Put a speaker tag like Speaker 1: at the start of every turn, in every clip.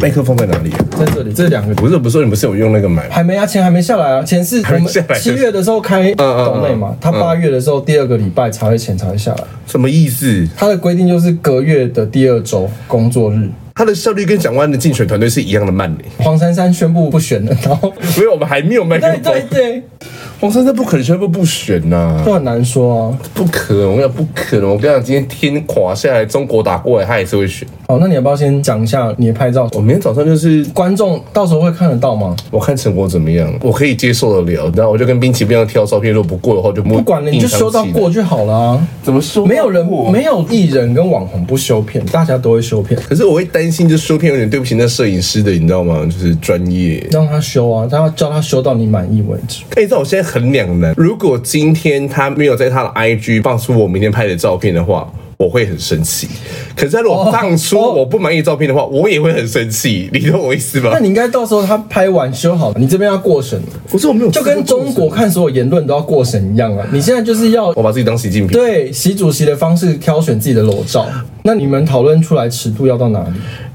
Speaker 1: 麦克风在哪里、啊？
Speaker 2: 在这里，这两个
Speaker 1: 不是，不是说你不是有用那个买吗？
Speaker 2: 还没啊，钱还没下来啊，钱是
Speaker 1: 还
Speaker 2: 我
Speaker 1: 没
Speaker 2: 们
Speaker 1: 下来
Speaker 2: 七月的时候开
Speaker 1: 嗯
Speaker 2: 懂内嘛
Speaker 1: 嗯，
Speaker 2: 他八月的时候第二个礼拜才会钱才会下来。
Speaker 1: 什么意思？
Speaker 2: 他的规定就是隔月的第二周工作日。
Speaker 1: 它的效率跟蒋万安的竞选团队是一样的慢呢、
Speaker 2: 黄珊珊宣布不选了，然后
Speaker 1: 没有，我们还没有麦克
Speaker 2: 对对
Speaker 1: 风。哦
Speaker 2: 对，
Speaker 1: 黄珊珊不可能全部不选呐、
Speaker 2: 就很难说啊。
Speaker 1: 不可能，我跟你讲不可能。我跟你讲，今天天垮下来，中国打过来，他也是会选。
Speaker 2: 好，那你要不要先讲一下你的拍照？
Speaker 1: 我明天早上就是
Speaker 2: 观众到时候会看得到吗？
Speaker 1: 我看成果怎么样，我可以接受得了，然后我就跟冰淇淋一样挑照片，如果不过的话就不
Speaker 2: 不管了，你就修到过。就好了啊。
Speaker 1: 怎么修？
Speaker 2: 没有人，没有艺人跟网红不修片，大家都会修片，
Speaker 1: 可是我会担心，就修片有点对不起那摄影师的，你知道吗？就是专业。
Speaker 2: 让他修啊，他要叫他修到你满意为止。
Speaker 1: 哎、你知道我现在很两难。如果今天他没有在他的 IG 放出我明天拍的照片的话，我会很生气。可是他如果放出
Speaker 2: 哦
Speaker 1: 我不满意的照片的话，我也会很生气。你懂我意思吗
Speaker 2: 那？你应该到时候他拍完修好，你这边要过审，
Speaker 1: 不是我没有，
Speaker 2: 就跟中国，看所有言论都要过审一样啊。你现在就是要
Speaker 1: 我把自己当习近平。
Speaker 2: 对习主席的方式挑选自己的裸照，那你们讨论出来尺度要到哪里？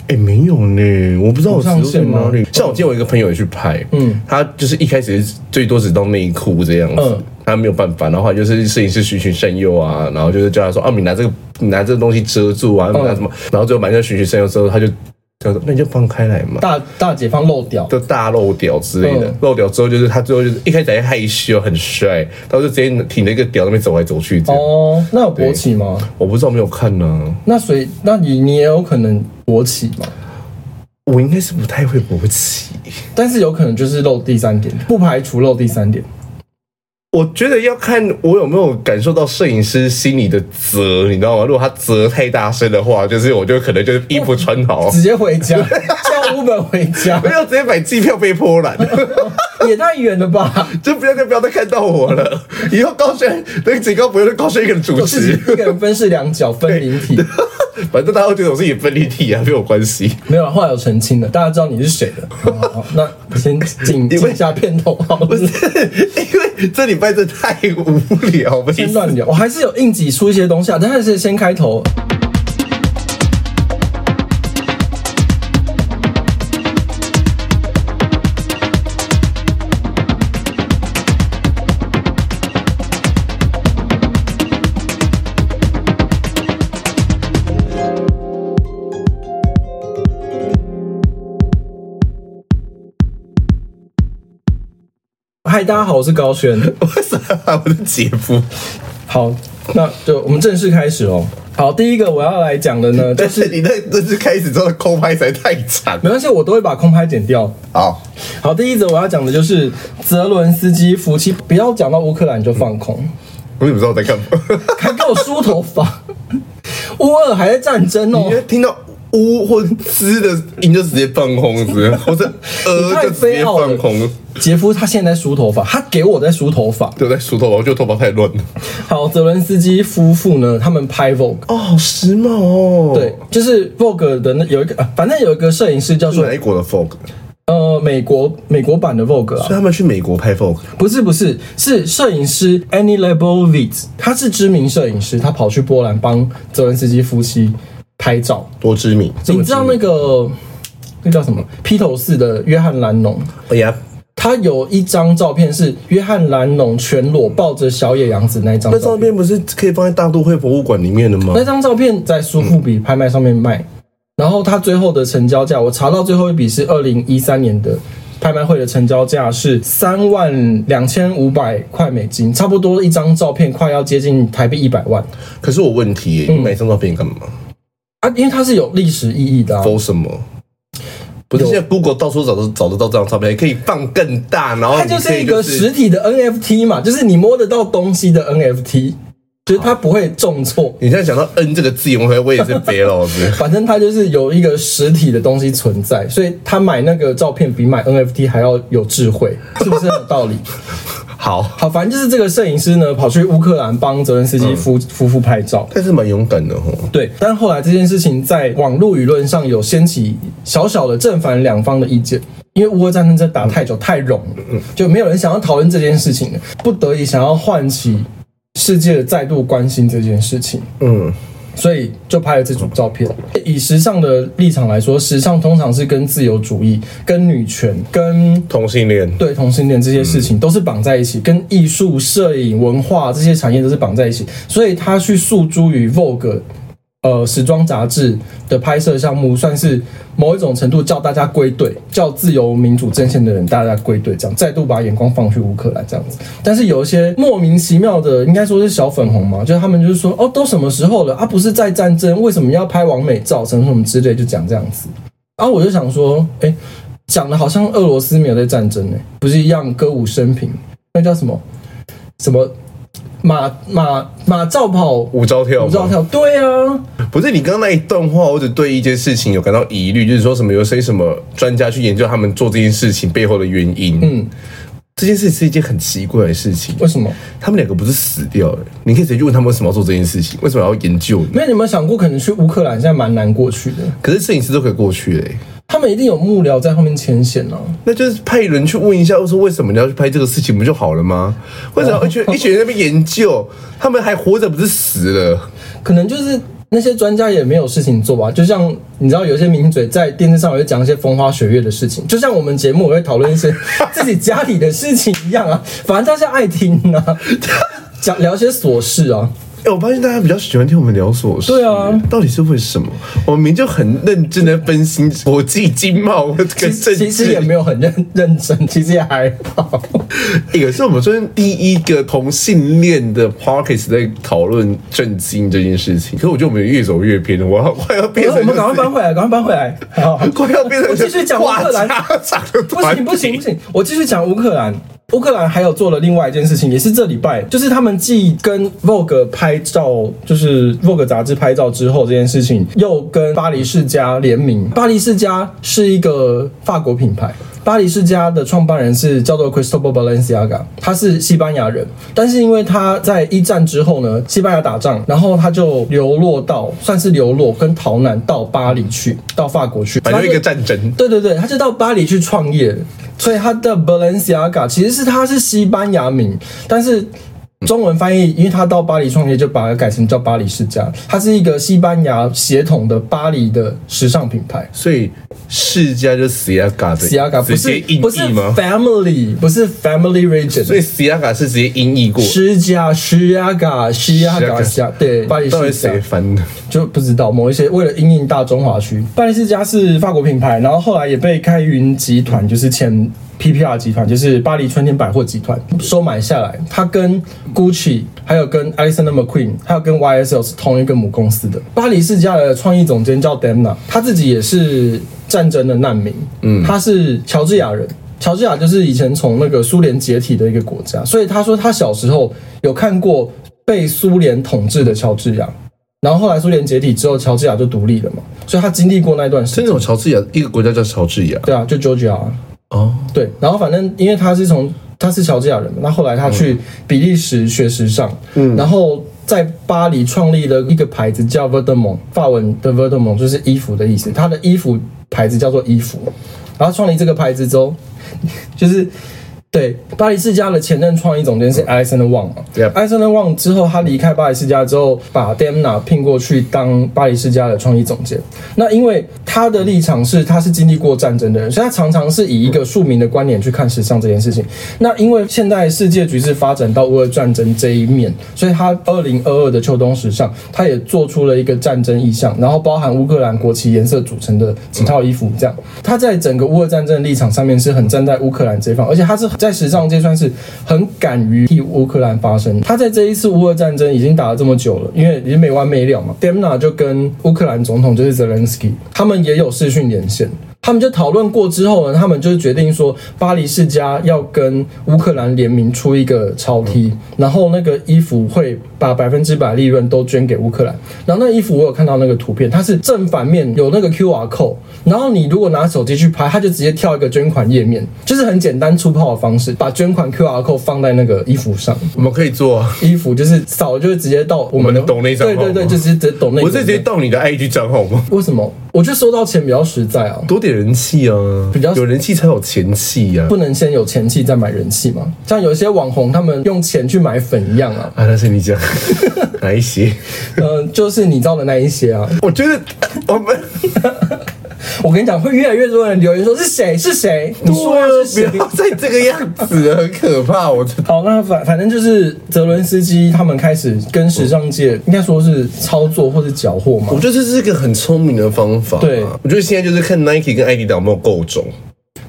Speaker 1: 哎、没有呢，我不知道我
Speaker 2: 上
Speaker 1: 尺度在
Speaker 2: 线吗
Speaker 1: 哪里。像我今天我一个朋友也去拍，嗯，他就是一开始最多只到内裤这样子，
Speaker 2: 嗯
Speaker 1: 他没有办法，然后后来就是摄影师循循善诱啊，然后就是叫他说啊，你拿这个你拿这个东西遮住啊，
Speaker 2: 嗯
Speaker 1: 你拿什么，然后最后反正循循善诱之后，他就他说那你就放开来嘛。
Speaker 2: 大大解放漏掉，
Speaker 1: 就大漏屌之类的
Speaker 2: 嗯，
Speaker 1: 漏屌之后就是他最后就是一开始还害羞很帅，他就直接挺着一个屌在那边走来走去这样。
Speaker 2: 哦，那有勃起吗？
Speaker 1: 我不知道有没有看呢、
Speaker 2: 那所以，那你你也有可能勃起嘛？
Speaker 1: 我应该是不太会勃起。
Speaker 2: 但是有可能就是漏第三点，不排除漏第三点。
Speaker 1: 我觉得要看我有没有感受到摄影师心里的折，你知道吗？如果他折太大声的话，就是我就可能就是衣服穿好，
Speaker 2: 直接回家，叫 Uber 回 家
Speaker 1: 没，有直接买机票飞波兰，
Speaker 2: 也太远了吧？
Speaker 1: 就不要再不要再看到我了。以后高轩那几个不用高轩一个人主
Speaker 2: 自己
Speaker 1: 持，
Speaker 2: 一个人分饰两角，分灵体，
Speaker 1: 反正大家都觉得我是己分离体啊，没有关系。
Speaker 2: 没有，后来有澄清了，大家知道你是谁了。好好好，那先进进一下片头好了
Speaker 1: 不。是因为这礼拜真的太无聊了，
Speaker 2: 先乱聊，我还是有硬挤出一些东西啊，但是先开头。嗨，大家好，我是高轩。
Speaker 1: 为什么我的姐夫？
Speaker 2: 好，那就我们正式开始哦。好，第一个我要来讲的呢，就
Speaker 1: 但
Speaker 2: 是
Speaker 1: 是 你那这次开始之后的空拍才太长
Speaker 2: 没关系，我都会把空拍剪掉。
Speaker 1: 好，
Speaker 2: 好，第一则我要讲的就是泽伦斯基夫妻，不要讲到乌克兰就放空，
Speaker 1: 我也不知道我在干嘛。
Speaker 2: 还给我梳头发。乌二还在战争哦
Speaker 1: 你，就听到呜或滋的音就直接放空，是或者呃就直接放空。
Speaker 2: 杰夫他现在在梳头发，他给我在梳头发。
Speaker 1: 对，我在梳头发，我觉得头发太乱了。
Speaker 2: 好，泽伦斯基夫妇呢，他们拍 Vogue，
Speaker 1: 哦，好时髦哦。
Speaker 2: 对，，就是 Vogue 的那有一个，啊反正有一个摄影师叫
Speaker 1: 是
Speaker 2: 做
Speaker 1: 哪一国的 Fog？
Speaker 2: 呃美国美国版的 Vogue 啊
Speaker 1: 所以，他们去美国拍 Fog，
Speaker 2: 不是不是，是摄影师 Annie Leibovitz，他是知名摄影师，他跑去波兰帮泽连斯基夫妻拍照。
Speaker 1: 多知名。
Speaker 2: 你知道那个那叫什么披头士的约翰兰农，
Speaker 1: 哎呀，
Speaker 2: 他有一张照片是约翰兰农全裸抱着小野洋子那一张
Speaker 1: 那
Speaker 2: 照
Speaker 1: 照
Speaker 2: 片，
Speaker 1: 片不是可以放在大都会博物馆里面的吗
Speaker 2: 那？张照片在苏富比拍卖上面卖，然后他最后的成交价，我查到最后一笔是二零一三年的。拍卖会的成交价是三万两千五百块美金，差不多一张照片快要接近台币一百万
Speaker 1: 可是我问题耶，
Speaker 2: 嗯
Speaker 1: 你买一张照片干嘛？
Speaker 2: 啊！因为它是有历史意义的、啊，
Speaker 1: 否什么？不是
Speaker 2: 有
Speaker 1: 现在 Google 到处找都找得到这张照片，可以放更大，然后
Speaker 2: 它
Speaker 1: 哦你
Speaker 2: 就
Speaker 1: 可
Speaker 2: 是
Speaker 1: 以
Speaker 2: 一个
Speaker 1: 是
Speaker 2: 实体的 NFT 嘛，就是你摸得到东西的 NFT，就是它不会重错，
Speaker 1: 你现在讲到 “n” 这个字眼，我我也是肥老师。
Speaker 2: 反正它就是有一个实体的东西存在，所以他买那个照片比买 NFT 还要有智慧，是不是很有道理？
Speaker 1: 好，
Speaker 2: 好，反正就是这个摄影师呢，跑去乌克兰帮泽连斯基夫、夫妇拍照。
Speaker 1: 但是蛮勇敢的哦。
Speaker 2: 对，但后来这件事情在网络舆论上有掀起小小的正反两方的意见，因为乌俄战争真的打太久太冗了，就没有人想要讨论这件事情了，不得已想要唤起世界的再度关心这件事情。
Speaker 1: 嗯，
Speaker 2: 所以就拍了这组照片。以时尚的立场来说，时尚通常是跟自由主义、跟女权、跟
Speaker 1: 同性恋，
Speaker 2: 对同性恋这些事情都是绑在一起，跟艺术、摄影、文化这些产业都是绑在一起，所以他去诉诸于 Vogue，呃，时装杂志的拍摄项目，算是某一种程度叫大家归队，叫自由民主阵线的人大家归队，这样再度把眼光放去乌克兰这样子。但是有一些莫名其妙的，应该说是小粉红嘛，就是他们就是说，哦，都什么时候了啊？不是在战争，为什么要拍完美照，什么什么之类，就讲这样子。然后啊我就想说，哎、讲的好像俄罗斯没有在战争呢、不是一样歌舞升平，那叫什么什么马马马照跑，舞
Speaker 1: 五招跳吗，
Speaker 2: 照跳，对啊，
Speaker 1: 不是你刚刚那一段话，我只对一件事情有感到疑虑，就是说什么有谁什么专家去研究他们做这件事情背后的原因。嗯，这件事是一件很奇怪的事情。
Speaker 2: 为什么？
Speaker 1: 他们两个不是死掉了？你可以直接去问他们为什么要做这件事情，为什么要研究呢？
Speaker 2: 没有你有没有想过，可能去乌克兰现在蛮难过去的，
Speaker 1: 可是摄影师都可以过去嘞、欸
Speaker 2: 他们一定有幕僚在后面牵线啊。
Speaker 1: 那就是派人去问一下，说为什么你要去拍这个事情不就好了吗？为什么要去一群人在那边研究？他们还活着不是死了？
Speaker 2: 可能就是那些专家也没有事情做啊吧。就像你知道，有些名嘴在电视上也会讲一些风花雪月的事情，就像我们节目也会讨论一些自己家里的事情一样啊。反正大家爱听啊，讲聊一些琐事啊。
Speaker 1: 哎、我发现大家比较喜欢听我们聊琐事，
Speaker 2: 对啊，
Speaker 1: 到底是为什么？我们明明就很认真的分析国际经贸跟
Speaker 2: 其
Speaker 1: 政治，
Speaker 2: 实其实也没有很认认真，其实也还好。
Speaker 1: 欸可是我们昨天第一个同性恋的 p o c k e t 在讨论震惊这件事情，可是我觉得我们越走越偏了，我要快要变成、
Speaker 2: 我们赶快搬回来，赶快搬回来。好，
Speaker 1: 快要变成
Speaker 2: 我继续讲乌克兰
Speaker 1: 话家常的
Speaker 2: 不
Speaker 1: 团体
Speaker 2: 行不行不行，我继续讲乌克兰。乌克兰还有做了另外一件事情，也是这礼拜，就是他们既跟 Vogue 拍照，就是 Vogue 杂志拍照之后这件事情，又跟巴黎世家联名。巴黎世家是一个法国品牌，巴黎世家的创办人是叫做 Cristobal Balenciaga，他是西班牙人，但是因为他在一战之后呢，西班牙打仗，然后他就流落到算是流落跟逃难到巴黎去，到法国去，
Speaker 1: 反正一
Speaker 2: 他
Speaker 1: 个
Speaker 2: 就
Speaker 1: 战争。
Speaker 2: 对对对，他就到巴黎去创业，所以他的 Balenciaga 其实是他是西班牙名，但是中文翻译，因为他到巴黎创业，就把它改成叫巴黎世家。它是一个西班牙血统的巴黎的时尚品牌。
Speaker 1: 所以世家就 Siaga 的
Speaker 2: Siaga 不
Speaker 1: 直接
Speaker 2: 是
Speaker 1: 音
Speaker 2: 不是
Speaker 1: 译吗？
Speaker 2: family，不是 family
Speaker 1: 所
Speaker 2: region。
Speaker 1: 以 Siaga 是直接音译过，
Speaker 2: 施加、施亚嘎、施亚嘎、
Speaker 1: Siaga
Speaker 2: 施亚，对，巴黎
Speaker 1: 到底
Speaker 2: 世家
Speaker 1: 谁。翻的？
Speaker 2: 就不知道某一些为了因应大中华区，巴黎世家是法国品牌，然后后来也被开云集团，就是前 PPR 集团，就是巴黎春天百货集团收买下来。它跟 GUCCI，还有跟 Alexander McQueen，还有跟 YSL 是同一个母公司的。巴黎世家的创意总监叫 Demna，他自己也是战争的难民，嗯，他是乔治亚人。乔治亚就是以前从那个苏联解体的一个国家，所以他说他小时候有看过被苏联统治的乔治亚，然后后来苏联解体之后，乔治亚就独立了嘛，所以他经历过那一段时
Speaker 1: 真
Speaker 2: 间。
Speaker 1: 的有乔治亚，一个国家叫乔治亚
Speaker 2: 对啊，就 Georgia 啊
Speaker 1: 哦。
Speaker 2: 对，然后反正因为他是从他是乔治亚人嘛，那后来他
Speaker 1: 嗯
Speaker 2: 去比利时学时尚，嗯，然后在巴黎创立了一个牌子叫 Verdemont，法文的 Verdemont 就是衣服的意思，他的衣服牌子叫做衣服，然后创立这个牌子之后， 就是。对，巴黎世家的前任创意总监是 Alexander Wang 嘛
Speaker 1: Yep
Speaker 2: Alexander Wang 之后，他离开巴黎世家之后，把 Demna 聘过去当巴黎世家的创意总监。那因为他的立场是，他是经历过战争的人，所以他常常是以一个庶民的观点去看时尚这件事情。那因为现在世界局势发展到乌俄战争这一面，所以他二零二二的秋冬时尚，他也做出了一个战争意向，然后包含乌克兰国旗颜色组成的几套衣服，这样。他在整个乌俄战争的立场上面是很站在乌克兰这一方，而且他是在时尚界算是很敢于替乌克兰发声。他在这一次乌俄战争已经打了这么久了，因为已经没完没了嘛。Demna 就跟乌克兰总统就是 Zelensky，他们也有视讯连线。他们就讨论过之后呢，他们就决定说，巴黎世家要跟乌克兰联名出一个超 T，然后那个衣服会把百分之百利润都捐给乌克兰。然后那衣服我有看到那个图片，它是正反面有那个 QR code，然后你如果拿手机去拍，它就直接跳一个捐款页面，就是很简单粗暴的方式，把捐款 QR code 放在那个衣服上，
Speaker 1: 我们可以做啊，
Speaker 2: 衣服就是扫就直接到我们
Speaker 1: 我们的
Speaker 2: 的
Speaker 1: 抖内账号
Speaker 2: 对对对，
Speaker 1: 吗
Speaker 2: 就直接直接抖那
Speaker 1: 我是直接到你的 IG 账号吗？
Speaker 2: 为什么？我觉得收到钱比较实在啊。
Speaker 1: 多点人气啊，
Speaker 2: 比较
Speaker 1: 有人气才有钱气呀、啊。
Speaker 2: 不能先有 钱气再买人气嘛？像有一些网红，他们用钱去买粉一样啊。
Speaker 1: 啊，那是你讲，哪一些？
Speaker 2: 嗯，就是你造的那一些啊。
Speaker 1: 我觉得我们
Speaker 2: 我跟你讲，会越来越多人留言说是谁是谁，
Speaker 1: 你说
Speaker 2: 对啊是谁
Speaker 1: 不。要再这个样子了，很可怕。我真的
Speaker 2: 好，那反反正就是泽伦斯基他们开始跟时尚界应该说是操作或是缴获嘛
Speaker 1: 我。觉得这是一个很聪明的方法。啊
Speaker 2: 对
Speaker 1: 我觉得现在就是看 Nike 跟艾迪达有没有够种，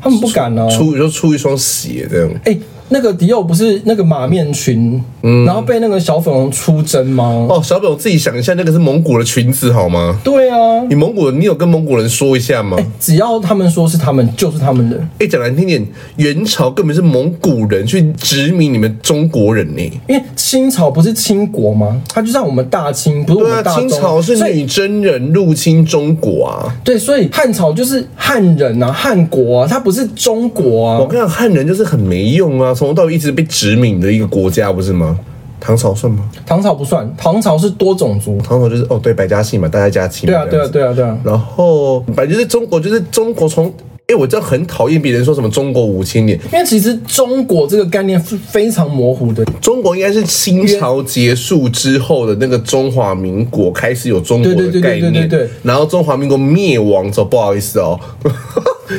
Speaker 2: 他们不敢呢、啊。
Speaker 1: 出就出一双鞋这样。
Speaker 2: 哎、那个迪奥不是那个马面裙，
Speaker 1: 嗯
Speaker 2: 然后被那个小粉红出征吗？
Speaker 1: 哦，小本，我自己想一下，那个是蒙古的裙子好吗？
Speaker 2: 对啊，
Speaker 1: 你蒙古人，你有跟蒙古人说一下吗？
Speaker 2: 只要他们说是他们，就是他们的。
Speaker 1: 哎、讲难听点，元朝根本是蒙古人去殖民你们中国人呢、
Speaker 2: 因为清朝不是清国吗？他就像我们大清，不是我
Speaker 1: 对
Speaker 2: 们
Speaker 1: 啊，
Speaker 2: 大
Speaker 1: 清
Speaker 2: 中。
Speaker 1: 朝是
Speaker 2: 所以
Speaker 1: 女真人入侵中国啊！
Speaker 2: 对，所以汉朝就是汉人啊，汉国啊，他不是中国
Speaker 1: 我
Speaker 2: 啊。
Speaker 1: 跟你讲，汉人就是很没用啊，从头到尾一直被殖民的一个国家，不是吗？唐朝算吗？
Speaker 2: 唐朝不算，唐朝是多种族。
Speaker 1: 唐朝就是哦，对，百家姓嘛，大家家亲嘛。
Speaker 2: 对啊，
Speaker 1: 这
Speaker 2: 对
Speaker 1: 样
Speaker 2: 啊，
Speaker 1: 子
Speaker 2: 对啊，对啊。
Speaker 1: 然后反正就是中国，就是中国从，哎，我真的很讨厌别人说什么中国五千年，
Speaker 2: 因为其实中国这个概念是非常模糊的，
Speaker 1: 中国应该是清朝结束之后的那个中华民国开始有中国
Speaker 2: 对
Speaker 1: 的
Speaker 2: 对对对
Speaker 1: 概念，
Speaker 2: 对对对
Speaker 1: 然后中华民国灭亡之后，不好意思哦。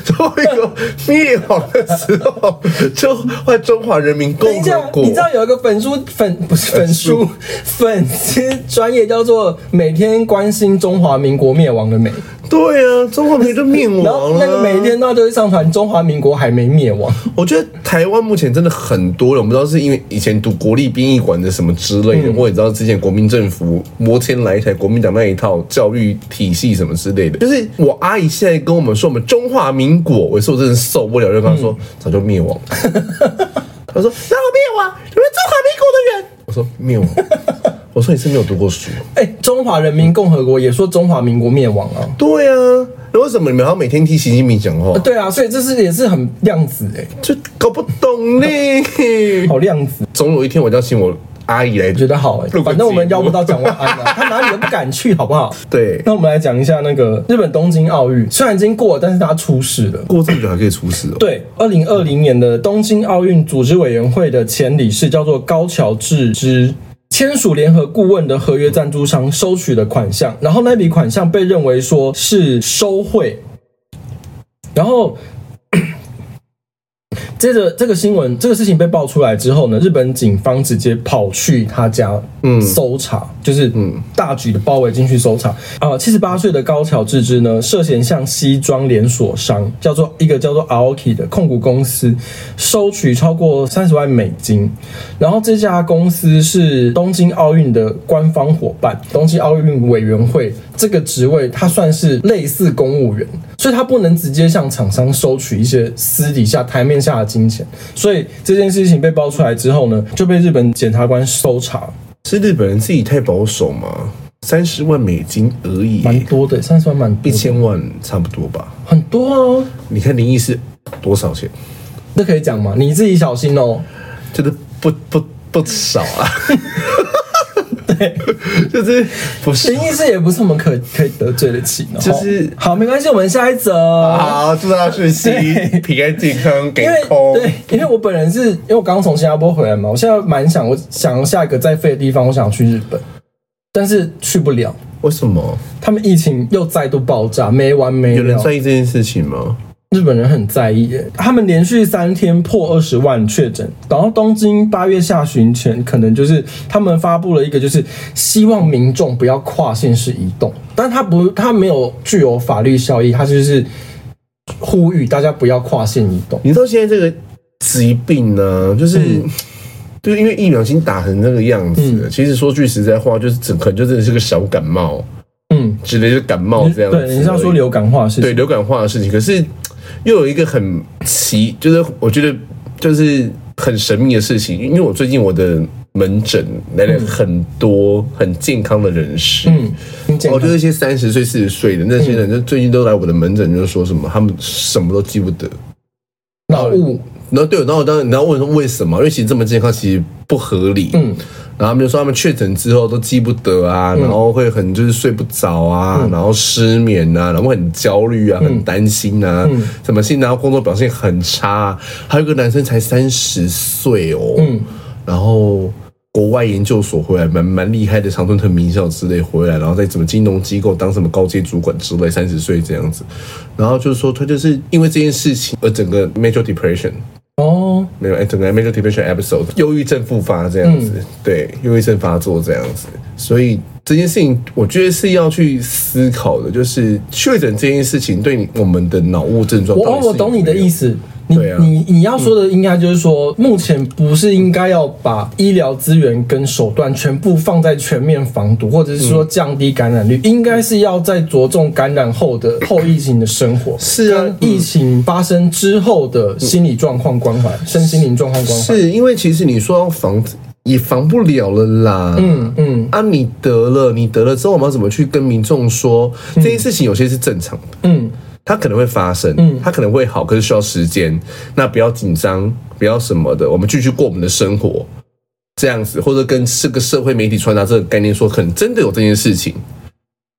Speaker 1: 中华民国灭亡的时候，就换中华人民
Speaker 2: 等
Speaker 1: 共
Speaker 2: 一
Speaker 1: 和
Speaker 2: 下，
Speaker 1: 国。
Speaker 2: 你知道有一个粉书粉不是粉书 粉丝专业叫做每天关心中华民国灭亡了没？
Speaker 1: 对啊，中华民国就灭
Speaker 2: 然后
Speaker 1: 亡了。啊
Speaker 2: 那个每天他就会上传中华民国还没灭亡，
Speaker 1: 我觉得台湾目前真的很多人，我不知道是因为以前读国立殡仪馆的什么之类的，或者你知道之前国民政府摩天来台，国民党那一套教育体系什么之类的。就是我阿姨现在跟我们说，我们中华民国，我说我真的受不了，就跟她说、早就灭亡。她说哪有灭亡？你们中华民国的人。我说灭亡。我说你是没有读过书。
Speaker 2: 哎、中华人民共和国也说中华民国灭亡啊。
Speaker 1: 对啊，那为什么你们还要每天替习近平讲话？
Speaker 2: 对啊，所以这是也是很量子哎、
Speaker 1: 就搞不懂呢。
Speaker 2: 好量子，
Speaker 1: 总有一天我就要请我阿姨来
Speaker 2: 我觉得好哎、
Speaker 1: 录个
Speaker 2: 反正我们
Speaker 1: 节目
Speaker 2: 邀不到蒋万安啊，他哪里都不敢去，好不好？
Speaker 1: 对，
Speaker 2: 那我们来讲一下那个日本东京奥运，虽然已经过了，但是它出事了。
Speaker 1: 过这么久还可以出事哦。
Speaker 2: 对，二零二零年的东京奥运组织委员会的前理事叫做高桥智之。签署联合顾问的合约赞助商收取的款项，然后那笔款项被认为说是收贿，然后接着这个新闻这个事情被爆出来之后呢，日本警方直接跑去他家嗯搜查，就是大举的包围进去搜查。啊、七十八岁的高桥智之呢，涉嫌向西装连锁商叫做一个叫做 Aoki 的控股公司收取超过三十万美金，然后这家公司是东京奥运的官方伙伴，东京奥运委员会这个职位，它算是类似公务员，所以它不能直接向厂商收取一些私底下台面下的金钱。所以这件事情被爆出来之后呢，就被日本检察官搜查，
Speaker 1: 是日本人自己太保守吗？三十万美金而已，
Speaker 2: 蛮
Speaker 1: 嗯
Speaker 2: 多的，三十万蛮
Speaker 1: 一
Speaker 2: 多，
Speaker 1: 千万差不多吧？
Speaker 2: 很多哦。
Speaker 1: 你看林毅是多少钱？
Speaker 2: 这可以讲吗？你自己小心哦。
Speaker 1: 就是不不不少啊。对， 就是不是
Speaker 2: 林医师也不是我们可可以得罪得起的，哦
Speaker 1: 就是
Speaker 2: 好，没关系，我们下一则。
Speaker 1: 好，啊祝大家学习
Speaker 2: 对
Speaker 1: 平安健康，给
Speaker 2: 因为
Speaker 1: 空。
Speaker 2: 对，因为我本人是因为我刚从新加坡回来嘛，我现在蛮想，我想下一个再飞的地方，我想去日本，但是去不了。
Speaker 1: 为什么
Speaker 2: 他们疫情又再度爆炸，没完没了。
Speaker 1: 有人在意这件事情吗？
Speaker 2: 日本人很在意耶，他们连续三天破二十万确诊，然后东京八月下旬前可能就是他们发布了一个，就是希望民众不要跨县市移动，但他不，他没有具有法律效益，他就是呼吁大家不要跨县移动。
Speaker 1: 你知道现在这个疾病呢、就是、
Speaker 2: 嗯
Speaker 1: 就是因为疫苗已经打成那个样子了。其实说句实在话，就是整可能就真的是个小感冒，
Speaker 2: 嗯，
Speaker 1: 只能是感冒这样子而已。
Speaker 2: 对，你是要说流感化是？
Speaker 1: 对，流感化的事情，可是又有一个很奇，就是我觉得就是很神秘的事情，因为我最近我的门诊来了很多很健康的人士。
Speaker 2: 嗯，你健
Speaker 1: 我
Speaker 2: 康嗯
Speaker 1: 觉得一些三十岁、四十岁的那些人，就最近都来我的门诊，就说什么他们什么都记不得，
Speaker 2: 脑雾，
Speaker 1: 然后对，然后我当然你要问说为什么？因为其实这么健康其实不合理。嗯，然后他们就说他们确诊之后都记不得啊，然后会很就是睡不着啊，然后失眠啊，然后很焦虑啊，很担心啊，什么性然后工作表现很差啊、还有一个男生才三十岁哦，然后国外研究所回来，蛮蛮厉害的常春藤名校之类回来，然后在什么金融机构当什么高阶主管之类，三十岁这样子。然后就是说，他就是因为这件事情而整个 major depression
Speaker 2: 哦，
Speaker 1: 没有，哎，整个 major depression episode 忧郁症复发这样子，
Speaker 2: 嗯
Speaker 1: 对，忧郁症发作这样子，所以这件事情我觉得是要去思考的，就是确诊这件事情对你我们的脑雾症状
Speaker 2: 我
Speaker 1: 到底
Speaker 2: 哦
Speaker 1: 是有没有，
Speaker 2: 我懂你的意思。你
Speaker 1: 对啊
Speaker 2: 你你要说的应该就是说，目前不是应该要把医疗资源跟手段全部放在全面防毒，或者是
Speaker 1: 嗯
Speaker 2: 说降低感染率，应该是要在着重感染后的后疫情的生活，
Speaker 1: 是啊嗯
Speaker 2: 跟疫情发生之后的心理状况关怀，身心灵状况关怀。
Speaker 1: 是因为其实你说要防也防不了了啦，
Speaker 2: 嗯嗯
Speaker 1: 啊，你得了，你得了之后，我们要怎么去跟民众说这件事情？有些是正常的，
Speaker 2: 嗯，
Speaker 1: 它可能会发生，它可能会好，可是需要时间。那不要紧张，不要什么的，我们继续过我们的生活，这样子，或者跟这个社会媒体传达这个概念说，可能真的有这件事情。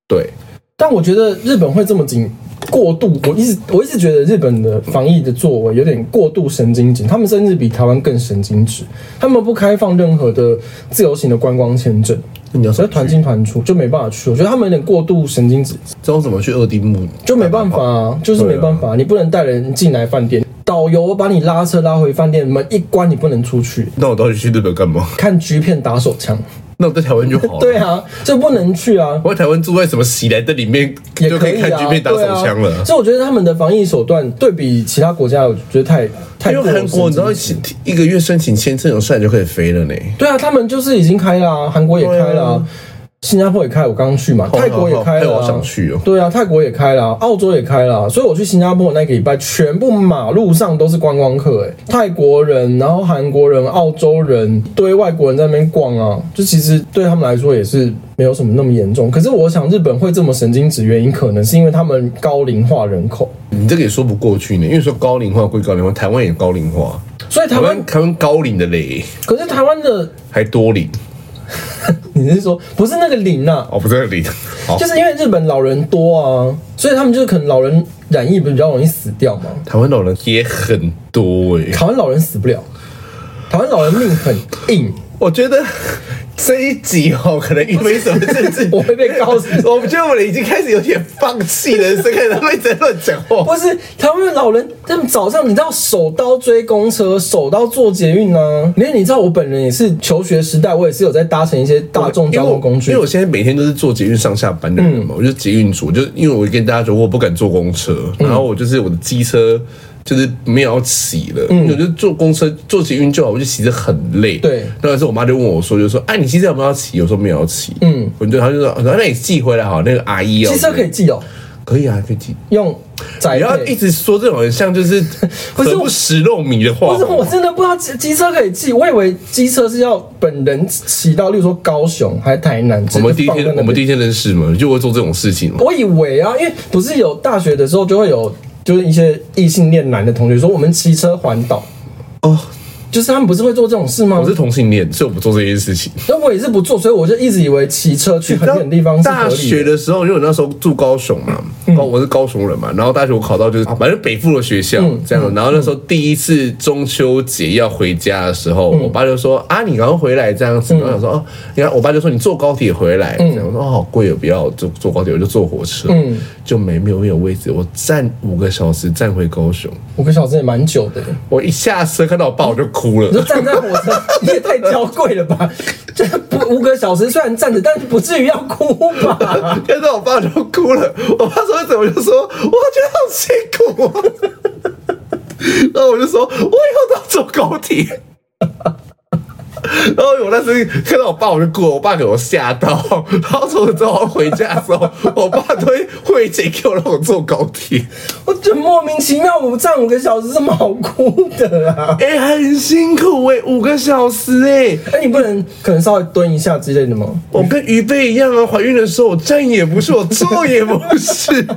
Speaker 1: 对，
Speaker 2: 但我觉得日本会这么紧。过度，我一直我一直觉得日本的防疫的作为有点过度神经质，他们甚至比台湾更神经质。他们不开放任何的自由行的观光签证，
Speaker 1: 你要说
Speaker 2: 所以团进团出就没办法去。我觉得他们有点过度神经质，
Speaker 1: 知道怎么去二丁目，
Speaker 2: 就没办法、啊，就是没办法，你不能带人进来饭店，导游把你拉车拉回饭店，门一关你不能出去，
Speaker 1: 那我到底去日本干嘛？
Speaker 2: 看橘片打手枪。
Speaker 1: 那我在台湾就好了。
Speaker 2: 对啊，这不能去啊。
Speaker 1: 我在台湾住在什么喜来登里面，
Speaker 2: 也
Speaker 1: 就
Speaker 2: 可
Speaker 1: 以
Speaker 2: 以啊，
Speaker 1: 看
Speaker 2: 对
Speaker 1: 剧片打手枪了
Speaker 2: 啊。。所以我觉得他们的防疫手段对比其他国家，我觉得太太
Speaker 1: 因
Speaker 2: 过
Speaker 1: 为
Speaker 2: 于
Speaker 1: 韩国，你知道
Speaker 2: 神经质
Speaker 1: 一个月申请签证，有事就可以飞了呢。
Speaker 2: 对啊，他们就是已经开了、啊，韩国也开了、
Speaker 1: 对
Speaker 2: 啊，新加坡也开，我刚刚去嘛，
Speaker 1: 好
Speaker 2: 泰国也开
Speaker 1: 好
Speaker 2: 了、
Speaker 1: 好
Speaker 2: 啊，
Speaker 1: 我想去哦
Speaker 2: 对啊，泰国也开了、啊，澳洲也开了、啊，所以我去新加坡那个礼拜，全部马路上都是观光客、欸，泰国人，然后韩国人、澳洲人，一堆外国人在那边逛啊，就其实对他们来说也是没有什么那么严重。可是我想日本会这么神经质，原因可能是因为他们高龄化人口。
Speaker 1: 你这个也说不过去呢，因为说高龄化归高龄化，台湾也高龄化，
Speaker 2: 所以台
Speaker 1: 台
Speaker 2: 湾
Speaker 1: 湾，台湾高龄的嘞，
Speaker 2: 可是台湾的，
Speaker 1: 还多龄
Speaker 2: 你是说不是那个零啊？
Speaker 1: 哦，不是龄，好
Speaker 2: 就，是因为日本老人多啊，所以他们就是可能老人染疫比较容易死掉嘛。
Speaker 1: 台湾老人也很多哎、
Speaker 2: 台湾老人死不了，台湾老人命很硬，
Speaker 1: 我觉得这一集哦，可能因为什么政治，
Speaker 2: 我会被告死。
Speaker 1: 我觉得我们已经开始有点放弃人生，开始会在乱讲话。
Speaker 2: 不是台湾的老人，他们早上你知道手刀追公车，手刀坐捷运啊。因为你知道我本人也是求学时代，我也是有在搭乘一些大众交通工具嗯
Speaker 1: 因为我因为我现在每天都是坐捷运上下班的人嘛，我就是捷运族，就是因为我跟大家说我不敢坐公车，
Speaker 2: 嗯
Speaker 1: 然后我就是我的机车就是没有要骑
Speaker 2: 嗯
Speaker 1: 了，因为我就坐公车坐捷运就好，我就骑着很累。
Speaker 2: 对
Speaker 1: 那时候我妈就问我说，就说哎，你机车有没有要骑？我说没有要骑。嗯，我就她就说，那你寄回来好，那个阿姨哦，
Speaker 2: 汽车可以寄哦，
Speaker 1: 可以啊，可以寄。
Speaker 2: 用载
Speaker 1: 不要一
Speaker 2: 配。
Speaker 1: 直说这种很像就是
Speaker 2: 不是
Speaker 1: 何不食肉糜的话，
Speaker 2: 不是，我真的不知道机机车可以寄，我以为机车是要本人骑到，例如说高雄还台南，
Speaker 1: 我们第一
Speaker 2: 直接放在
Speaker 1: 天
Speaker 2: 那
Speaker 1: 我们
Speaker 2: 边
Speaker 1: 第一天认识嘛，就会做这种事情嘛。
Speaker 2: 我以为啊，因为不是有大学的时候就会有，就是一些异性恋男的同学说我们骑车环岛，
Speaker 1: 哦，
Speaker 2: 就是他们不是会做这种事吗
Speaker 1: 我？是同性恋，所以我不做这件事情。
Speaker 2: 那我也是不做，所以我就一直以为骑车去很远的地方是合
Speaker 1: 大学
Speaker 2: 理的。嗯
Speaker 1: 的时候，因为我那时候住高雄嘛，高我是高雄人嘛，然后大学我考到就是啊反正北附的学校
Speaker 2: 嗯
Speaker 1: 这样，然后那时候第一次中秋节要回家的时
Speaker 2: 嗯
Speaker 1: 候，我爸就说啊，你赶快回来这样子，然后我想说哦，你看我爸就说你坐高铁回来，
Speaker 2: 嗯
Speaker 1: 这样我说哦好贵哦，不要坐坐高铁，我就坐火车，就没没有没有位置，我站五个小时站回高雄，
Speaker 2: 五个小时也蛮久的，
Speaker 1: 我一下车看到我爸我就哭 了
Speaker 2: 你。就站在火车，你也太娇贵了吧？ 这不五个小时虽然站着，但是不至于要哭 吧？
Speaker 1: 看到我爸就哭了，我爸说怎么就说，我觉得好辛苦啊。然后我就说，我以后都要坐高铁。然后我那时候看到我爸，我就哭了，我爸给我吓到。然后从此之后回家的时候，我爸都会汇钱给我，让我坐高铁。
Speaker 2: 我就莫名其妙，我站五个小时这么好哭的啊？
Speaker 1: 哎、很辛苦哎、五个小时哎、
Speaker 2: 那你不能可能稍微蹲一下之类的吗？
Speaker 1: 我跟于贝一样啊，怀孕的时候我站也不是，我坐也不是。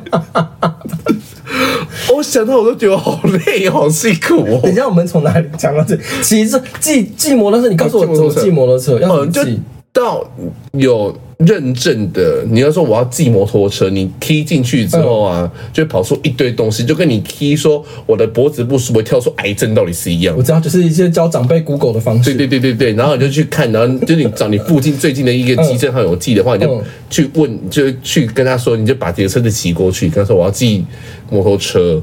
Speaker 1: 我想到我都觉得好累，好辛苦
Speaker 2: 等
Speaker 1: 哦。
Speaker 2: 一下，我们从哪里讲到这？骑车、骑骑摩托车，你告诉我
Speaker 1: 哦
Speaker 2: 怎
Speaker 1: 骑摩
Speaker 2: 么
Speaker 1: 托车
Speaker 2: 骑摩托车？要
Speaker 1: 嗯，
Speaker 2: 怎
Speaker 1: 就
Speaker 2: 么骑？
Speaker 1: 到有认证的，你要说我要寄摩托车，你 key 进去之后啊，就会跑出一堆东西，就跟你 key 说我的脖子不舒服，会跳出癌症到底是一样
Speaker 2: 我。知道，就是一些教长辈 Google 的方
Speaker 1: 对
Speaker 2: 式。
Speaker 1: 对对对对，然后你就去看，然后就是你找你附近最近的一个急诊号有寄的话，你就
Speaker 2: 嗯
Speaker 1: 去问，就去跟他说，你就把自己的车子骑过去，跟他说我要寄摩托车。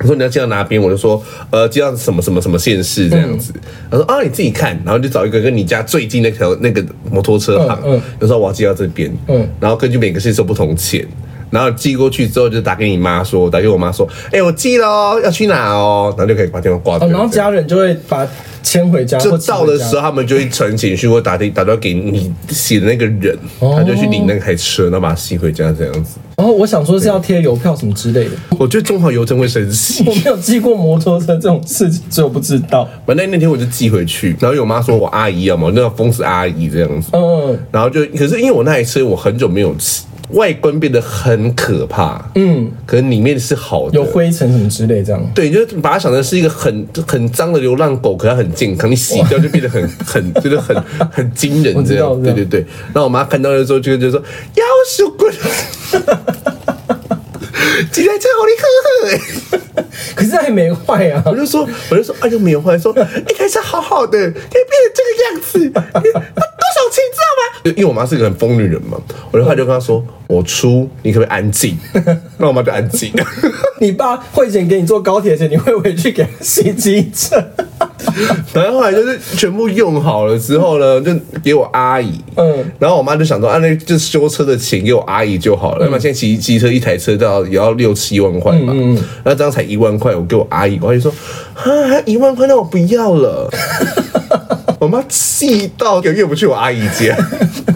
Speaker 1: 我说你要寄到哪边？我就说，呃，寄到什么什么什么县市这样
Speaker 2: 嗯
Speaker 1: 子。他说啊，你自己看，然后就找一个跟你家最近那条那个摩托车行，
Speaker 2: 嗯嗯
Speaker 1: 就说我要寄到这边，
Speaker 2: 嗯
Speaker 1: 然后根据每个县收不同钱，然后寄过去之后就打给你妈说，打给我妈说，哎、我寄喽，要去哪哦，然后就可以把电话挂掉
Speaker 2: 哦，
Speaker 1: 这
Speaker 2: 然
Speaker 1: 样。
Speaker 2: 后家人就会把牵回家，
Speaker 1: 就
Speaker 2: 或寄
Speaker 1: 到
Speaker 2: 回
Speaker 1: 的
Speaker 2: 家
Speaker 1: 时候，他们就会传简讯或打电打电话给你写的那个人，
Speaker 2: 哦
Speaker 1: 他就去领那台车，然后把它寄回家这样子。
Speaker 2: 然后我想说是要贴邮票什么之 类的，
Speaker 1: 我觉得中华邮政会生气
Speaker 2: 我，没有寄过摩托车这种事情，所以我不知道。
Speaker 1: 反正那天我就寄回去，然后有妈说我阿姨要嘛，那要封死阿姨这样子，
Speaker 2: 嗯，
Speaker 1: 然后就可是因为我那台车我很久没有骑，外观变得很可怕，嗯，可能里面是好的，
Speaker 2: 有灰尘什么之类这样。
Speaker 1: 对，你就把它想成是一个很很脏的流浪狗，可它很健康，你洗掉就变得很 很就是很很惊人这
Speaker 2: 我知道我
Speaker 1: 样。
Speaker 2: 知道
Speaker 1: 对对对，然后我妈看到的时候就就说：“妖鼠滚！” 几台车好厉害！
Speaker 2: 可是还没坏啊
Speaker 1: 我，就说，我就说，哎呦，没有，后来说，一台车好好的，可以变成这个样子，你多少钱你知道吗？因为我妈是个很疯女人嘛，我就后来就跟她说，我出，你可不可以安 静？那我妈就安静了。
Speaker 2: 你爸汇钱给你坐高铁钱，你会回去给他洗机车？
Speaker 1: 然后后来就是全部用好了之后呢，就给我阿姨。
Speaker 2: 嗯
Speaker 1: 嗯，然后我妈就想说，啊，那就是修车的钱给我阿姨就好了。那么现在骑机车一台车到也要六七万块嘛，那这样才一万块，我给我阿姨，我阿姨说，啊，还一万块，那我不要了。 我妈气到也越不去我阿姨家，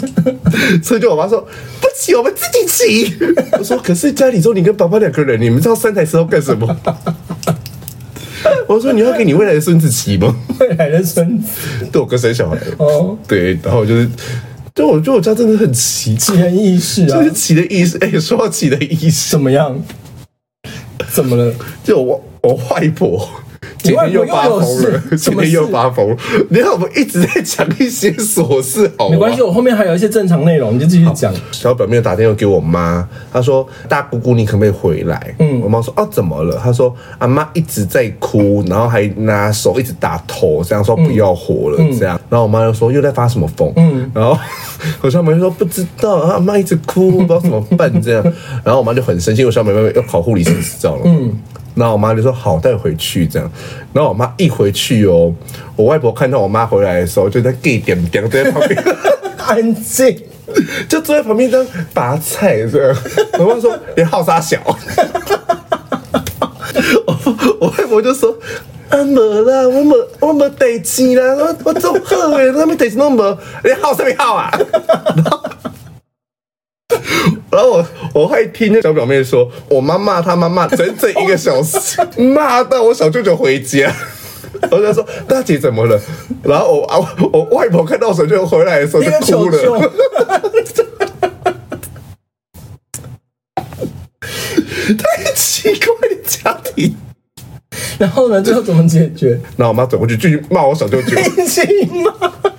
Speaker 1: 所以就我妈说不骑，我们自己骑。 我说可是家里只有你跟爸爸两个人，你们知道三台车要干什么？ 我说你要给你未来的孙子骑吗？
Speaker 2: 未来的孙子
Speaker 1: 对我哥生小孩了，
Speaker 2: 哦，
Speaker 1: 对，然后我就是，就我觉得我家真的很奇
Speaker 2: 奇
Speaker 1: 怪，
Speaker 2: 人异事啊
Speaker 1: 就，是奇的意思。哎、说到奇的意思，
Speaker 2: 怎么样？怎么了？
Speaker 1: 就我我外婆。今
Speaker 2: 你外
Speaker 1: 天
Speaker 2: 婆
Speaker 1: 又发
Speaker 2: 又有
Speaker 1: 疯了，
Speaker 2: 事
Speaker 1: 今
Speaker 2: 什么
Speaker 1: 天又
Speaker 2: 事
Speaker 1: 发疯了。你看，我们一直在讲一些琐事，好吗？
Speaker 2: 没关系，我后面还有一些正常内容，你就继续讲。
Speaker 1: 小表妹打电话给我妈，她说：“大姑姑，你可不可以回来？”嗯，我妈说：“哦，怎么了？”她说：“阿妈一直在哭，然后还拿手一直打头，这样说不要活了，这样。”然后我妈就说：“又在发什么疯？”嗯，然后我小妹就说：“不知道，阿妈一直哭，不知道怎么办。”这样， 然后我妈就很生气，我小妹妹要考护理师执照了。嗯。然后我妈就说好带回去这样，然后我妈一回去哦，我外婆看到我妈回来的时候，就在 gay 点点在旁 边，
Speaker 2: 安静，
Speaker 1: 就坐在旁边这样拔菜这 样。我妈说：“你好傻小。 我”我外婆就说：“啊没啦，我没我没代志啦，我我做好诶，那没代志都没，你好什么好 啊？”然后我我还听那小表妹说，我妈骂她妈骂整整一个小时，骂到我小舅舅回 家。我就说大姐怎么了？然后我啊我我外婆看到我小舅舅回来的时候
Speaker 2: 一
Speaker 1: 就
Speaker 2: 个
Speaker 1: 哭
Speaker 2: 球
Speaker 1: 了。
Speaker 2: 球，
Speaker 1: 太 奇怪的家庭。
Speaker 2: 然后呢？最后怎么解 决？
Speaker 1: 然后我妈走过去继续骂我小舅舅，
Speaker 2: 安静吗？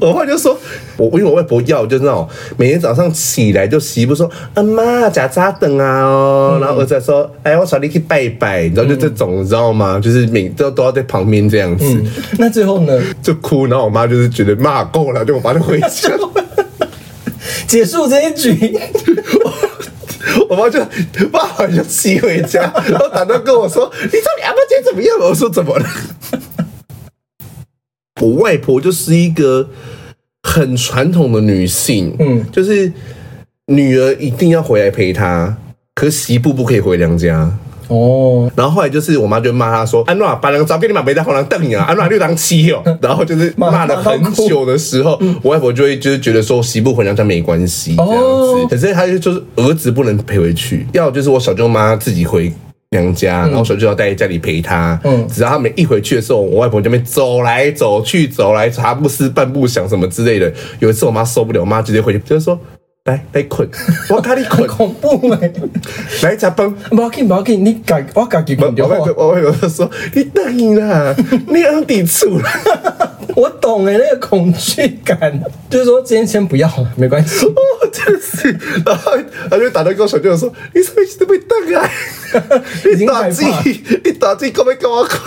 Speaker 1: 我爸就说，我因为我外婆要就是那种每天早上起来就媳妇说，啊妈假扎等啊哦，然后儿子还说，哎我小弟去拜一拜，你知道就这种你知道吗？就是每都都要在旁边这样子、
Speaker 2: 那最后呢？
Speaker 1: 就哭，然后我妈就是觉得骂够了，就我妈就回家，
Speaker 2: 结束这一局，
Speaker 1: 我妈就爸爸就骑回家，然后打电话跟我说，你知道你阿妈今天怎么样吗？我说怎么了？我外婆就是一个很传统的女性，嗯，就是女儿一定要回来陪她，可媳妇不可以回娘家。
Speaker 2: 哦，
Speaker 1: 然后后来就是我妈就骂她说：“安娜，把人早给你买没在红狼瞪你 啊，安娜六当七哦。”然后就是
Speaker 2: 骂嗯
Speaker 1: 骂了很久的时 候，我外婆就会就是觉得说媳妇回娘家没关系这样
Speaker 2: 哦
Speaker 1: 子，可是她就就是儿子不能陪回去，要就是我小舅妈自己回。娘家，然后小舅要待在家里陪她。
Speaker 2: 嗯，
Speaker 1: 嗯，只要他们一回去的时候，我外婆就边走来走去，走来茶不思饭不想什么之类的。有一次我妈受不了，我妈直接回去就是说：“来来困，我看你困
Speaker 2: 恐怖哎、
Speaker 1: 来加班。”
Speaker 2: 不要紧，不要紧，你改我改己
Speaker 1: 我
Speaker 2: 滚掉
Speaker 1: 我外
Speaker 2: 啊！
Speaker 1: 我外婆就说：“你等你啦，你安底厝啦。”
Speaker 2: 我懂哎、那个恐惧感，就是说今天先不要了，没关系。
Speaker 1: 哦，真是，然后他就打电话跟我小舅说：“你是不是都被瞪啊？
Speaker 2: 已
Speaker 1: 你
Speaker 2: 经
Speaker 1: 打
Speaker 2: 害
Speaker 1: 自
Speaker 2: 怕
Speaker 1: 己，你打自己，干嘛干嘛快？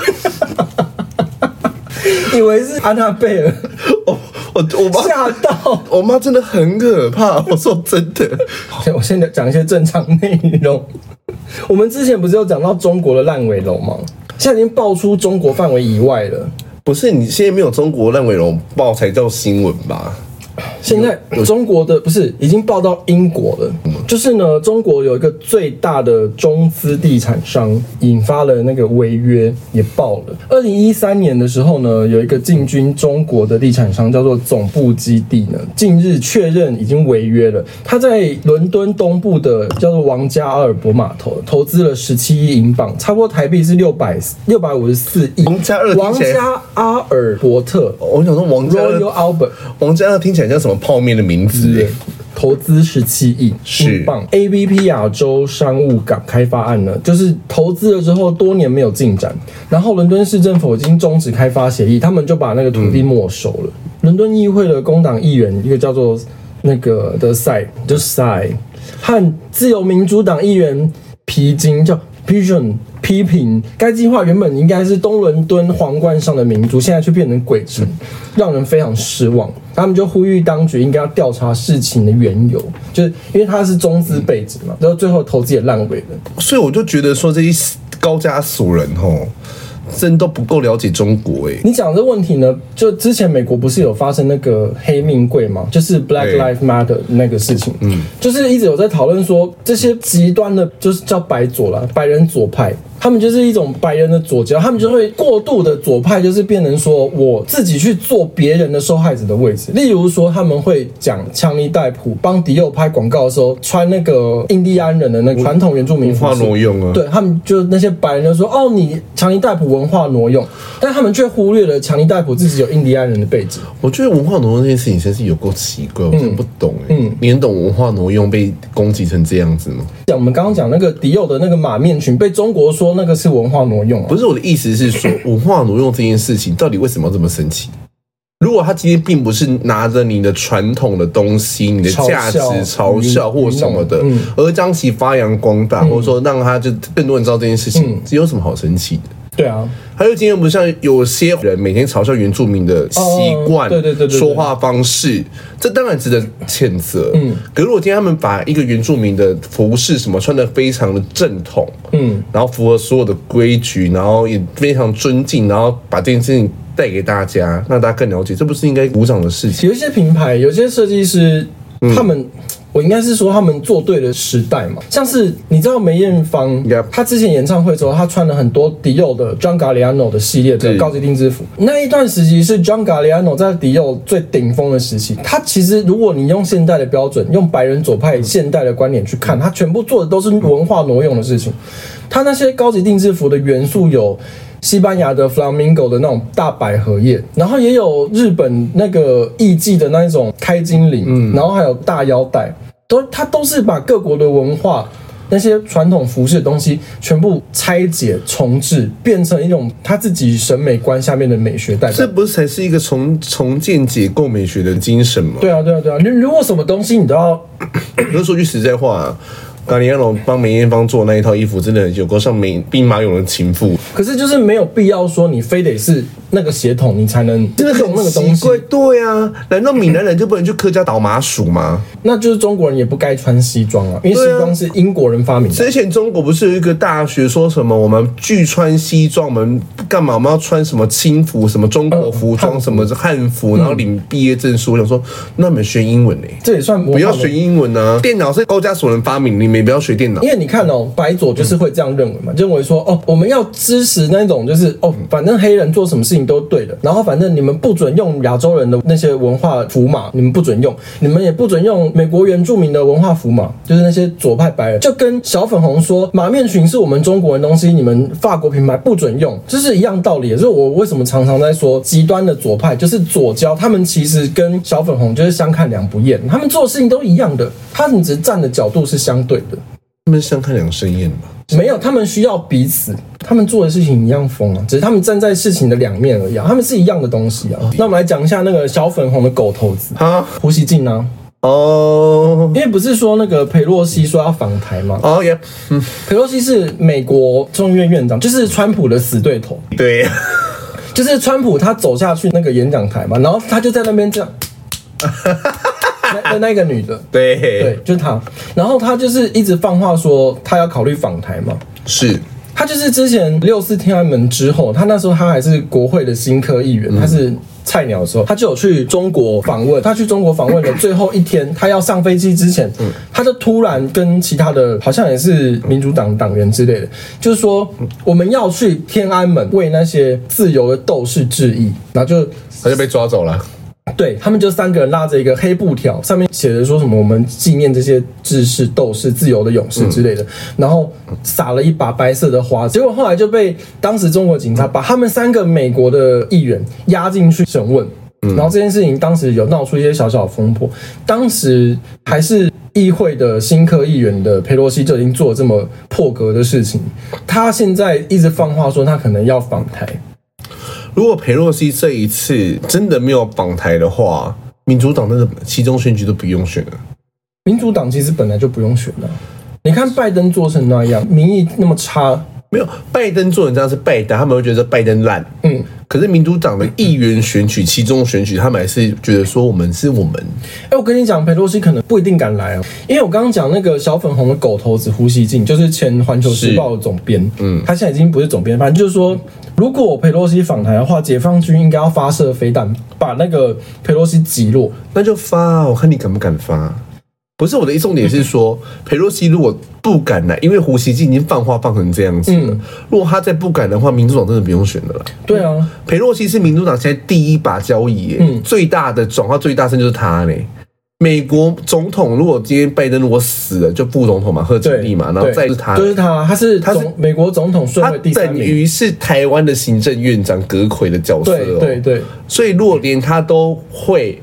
Speaker 2: 以为是安娜贝尔，
Speaker 1: 我我我妈，
Speaker 2: 吓到。
Speaker 1: 我妈真的很可怕。我说真的，
Speaker 2: 先我先讲一些正常内容。 我们之前不是有讲到中国的烂尾楼吗？现在已经爆出中国范围以外了。
Speaker 1: 不是你现在没有中国烂尾楼报才叫新闻吧？
Speaker 2: 现在中国的不是已经报到英国了，就是呢，中国有一个最大的中资地产商引发了那个违约，也爆了。二零一三年的时候呢，有一个进军中国的地产商叫做总部基地呢，近日确认已经违约了。他在伦敦东部的叫做王家阿尔伯码头投资了十七亿英镑，差不多台币是六百六百五十四亿。
Speaker 1: 王家二听
Speaker 2: 王
Speaker 1: 起来
Speaker 2: 家阿尔伯特
Speaker 1: 我想说王家
Speaker 2: Royal Albert。
Speaker 1: 王家听起来像什么泡面的名字、
Speaker 2: 资投资十七亿
Speaker 1: 是
Speaker 2: 英镑。A B P 亚洲商务港开发案呢，就是投资了之后多年没有进展，然后伦敦市政府已经终止开发协议，他们就把那个土地没收了。伦敦议会的工党议员，一个叫做那个的塞，就塞，和自由民主党议员皮筋叫 Pigeon。批评该计划原本应该是东伦敦皇冠上的明珠，现在却变成鬼城，让人非常失望。他们就呼吁当局应该要调查事情的缘由，就是因为他是中资背景嘛，然后最后投资也烂尾了。
Speaker 1: 所以我就觉得说这些高加索人吼，真都不够了解中国哎、
Speaker 2: 你讲这问题呢，就之前美国不是有发生那个黑命贵嘛，就是 Black
Speaker 1: 对
Speaker 2: Lives Matter 那个事情，嗯，就是一直有在讨论说这些极端的，就是叫白左啦，白人左派。他们就是一种白人的左交，他们就会过度的左派，就是变成说我自己去做别人的受害者的位置。例如说，他们会讲强尼戴普帮迪奥拍广告的时候穿那个印第安人的那个传统原住民服
Speaker 1: 化
Speaker 2: 饰
Speaker 1: 挪用啊
Speaker 2: 对，他们就那些白人就说：“哦，你强尼戴普文化挪用。”但他们却忽略了强尼戴普自己有印第安人的背景。
Speaker 1: 我觉得文化挪用这件事情真是有够奇怪，我
Speaker 2: 嗯
Speaker 1: 真的不懂哎、你能懂文化挪用被攻击成这样子吗？
Speaker 2: 讲我们刚刚讲那个迪奥的那个马面裙，被中国说那个是文化挪用、啊
Speaker 1: 不。是我的意思是 说，文化挪用这件事情到底为什么要这么生气？如果他今天并不是拿着你的传统的东西、你的价值
Speaker 2: 嘲笑
Speaker 1: 嘲
Speaker 2: 嗯
Speaker 1: 笑或什么的，而将其发扬光大，或者说让他就更多人知道这件事
Speaker 2: 嗯
Speaker 1: 情，这有什么好生气的？
Speaker 2: 对啊，
Speaker 1: 还有今天不像有些人每天嘲笑原住民的习惯、
Speaker 2: 哦对对对对对
Speaker 1: 说话方式，这当然值得谴责。嗯，可如果今天他们把一个原住民的服饰什么穿的非常的正统，嗯，然后符合所有的规矩，然后也非常尊敬，然后把这件事情带给大家，让大家更了解，这不是应该鼓掌的事情？
Speaker 2: 有一些品牌，有些设计师，他们。我应该是说他们做对了时代嘛，像是你知道梅艳芳
Speaker 1: Yep，
Speaker 2: 她之前演唱会的时候，她穿了很多迪奥的 John Galliano 的系列的
Speaker 1: 是
Speaker 2: 高级定制服。那一段时期是 John Galliano 在迪奥最顶峰的时期。他其实如果你用现代的标准，用白人左派现代的观点去看，他全部做的都是文化挪用的事情。他那些高级定制服的元素有西班牙的 flamingo 的那种大百合叶，然后也有日本那个艺妓的那一种开金领，然后还有大腰带，都它都是把各国的文化。那些传统服饰的东西全部拆解重置，变成一种他自己审美观下面的美学代表
Speaker 1: 这。不是才是一个重重建解构美学的精神吗？
Speaker 2: 对啊，对啊，对啊！你如果什么东西你都要
Speaker 1: 可是说句实在话、啊，咖喱亚龙帮梅艳芳做那一套衣服，真的有够像美兵马俑的情妇。
Speaker 2: 可是就是没有必要说你非得是那个血统，你才能
Speaker 1: 真的
Speaker 2: 用那
Speaker 1: 很
Speaker 2: 个
Speaker 1: 奇
Speaker 2: 东西
Speaker 1: 怪，。对啊，难道闽南人就不能去客家岛麻薯吗？
Speaker 2: 那就是中国人也不该穿西装啊，因为
Speaker 1: 对啊
Speaker 2: 西装是英国人发明的。
Speaker 1: 之前中国不是有一个大学说什么我们拒穿西装，我们干嘛？我们要穿什么清服、什么中国服装、什么汉服，然后领毕业证书。我想说，那你们学英文呢、
Speaker 2: 这也算不
Speaker 1: 不要学英文啊！哦电脑是高加索人发明，你们也不要学电脑
Speaker 2: 因。为你看哦，白左就是会这样认为嘛，认为说哦，我们要支持那种就是哦，反正黑人做什么事情都对的，然后反正你们不准用亚洲人的那些文化符码，你们不准用，你们也不准用美国原住民的文化符码，就是那些左派白人，就跟小粉红说马面裙是我们中国人的东西，你们法国品牌不准用，这是一样道理。也就是我为什么常常在说极端的左派就是左交，他们其实跟小粉红就是相看两不厌，他们做的事情都一样的，他们只是站的角度是相对的。
Speaker 1: 他们相看两生厌吧？
Speaker 2: 没有，他们需要彼此，他们做的事情一样疯啊，只是他们站在事情的两面而已啊，他们是一样的东西啊。那我们来讲一下那个小粉红的狗头子
Speaker 1: 啊，
Speaker 2: 胡锡进啊，
Speaker 1: 哦
Speaker 2: 因为不是说那个佩洛西说要访台吗？
Speaker 1: 哦耶，嗯，
Speaker 2: 佩洛西是美国众议院院长，就是川普的死对头，
Speaker 1: 对，
Speaker 2: 就是川普他走下去那个演讲台嘛，然后他就在那边这样，那那那个女的，
Speaker 1: 对，
Speaker 2: 对，就是她，然后她就是一直放话说她要考虑访台嘛，
Speaker 1: 是，
Speaker 2: 他就是之前六四天安门之后，他那时候他还是国会的新科议员，他是菜鸟的时候，他就有去中国访问。他去中国访问的最后一天，他要上飞机之前，他就突然跟其他的好像也是民主党党员之类的，就是说我们要去天安门为那些自由的斗士致意，然后就
Speaker 1: 他就被抓走了。
Speaker 2: 对他们就三个人拉着一个黑布条，上面写着说什么我们纪念这些志士、斗士、自由的勇士之类的，然后撒了一把白色的花，结果后来就被当时中国警察把他们三个美国的议员押进去审问。然后这件事情当时有闹出一些小小的风波，当时还是议会的新科议员的佩洛西就已经做了这么破格的事情，他现在一直放话说他可能要访台，
Speaker 1: 如果裴洛西这一次真的没有绑台的话，民主党那个其中选举都不用选了。
Speaker 2: 民主党其实本来就不用选了。你看拜登做成那样，民意那么差，
Speaker 1: 没有，拜登做成这样是拜登，他们会觉得拜登烂。
Speaker 2: 嗯，
Speaker 1: 可是民主党的议员选举、其中选举，他们还是觉得说我们是我们。
Speaker 2: 哎、我跟你讲，佩洛西可能不一定敢来哦，因为我刚刚讲那个小粉红的狗头子胡锡进，就是前《环球时报》的总编，嗯，他现在已经不是总编，反正就是说，如果佩洛西访台的话，解放军应该要发射飞弹，把那个佩洛西击落。
Speaker 1: 那就发啊，我看你敢不敢发。不是我的一重点是说，裴洛西如果不敢来，因为胡锡进已经放话放成这样子了，如果他再不敢的话，民主党真的不用选了啦。
Speaker 2: 对啊，
Speaker 1: 裴洛西是民主党现在第一把交椅耶，
Speaker 2: 嗯
Speaker 1: 最大的转化最大声就是他嘞。美国总统如果今天拜登如果死了，就副总统嘛，贺锦
Speaker 2: 对，
Speaker 1: 丽嘛，然后
Speaker 2: 对
Speaker 1: 再是他，
Speaker 2: 就是他，他是
Speaker 1: 他
Speaker 2: 他
Speaker 1: 是
Speaker 2: 是美国总统顺
Speaker 1: 他
Speaker 2: 位第三
Speaker 1: 等
Speaker 2: 名，
Speaker 1: 于是台湾的行政院长葛魁的角色
Speaker 2: 对
Speaker 1: 哦。
Speaker 2: 对对，
Speaker 1: 所以如果连他都会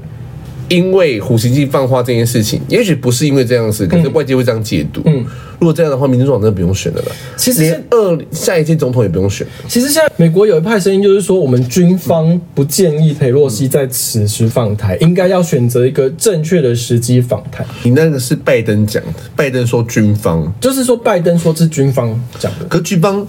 Speaker 1: 因为胡锡进放话这件事情，也许不是因为这样的
Speaker 2: 嗯
Speaker 1: 事，可是外界会这样解读。嗯，如果这样的话，民主党真的不用选了啦。
Speaker 2: 其实
Speaker 1: 连
Speaker 2: 是
Speaker 1: 二下一届总统也不用选。
Speaker 2: 其实现在美国有一派声音就是说，我们军方不建议裴洛西在此时访台，应该要选择一个正确的时机访台。
Speaker 1: 你那个是拜登讲的，拜登说军方，
Speaker 2: 就是说，拜登说是军方讲的。
Speaker 1: 可军方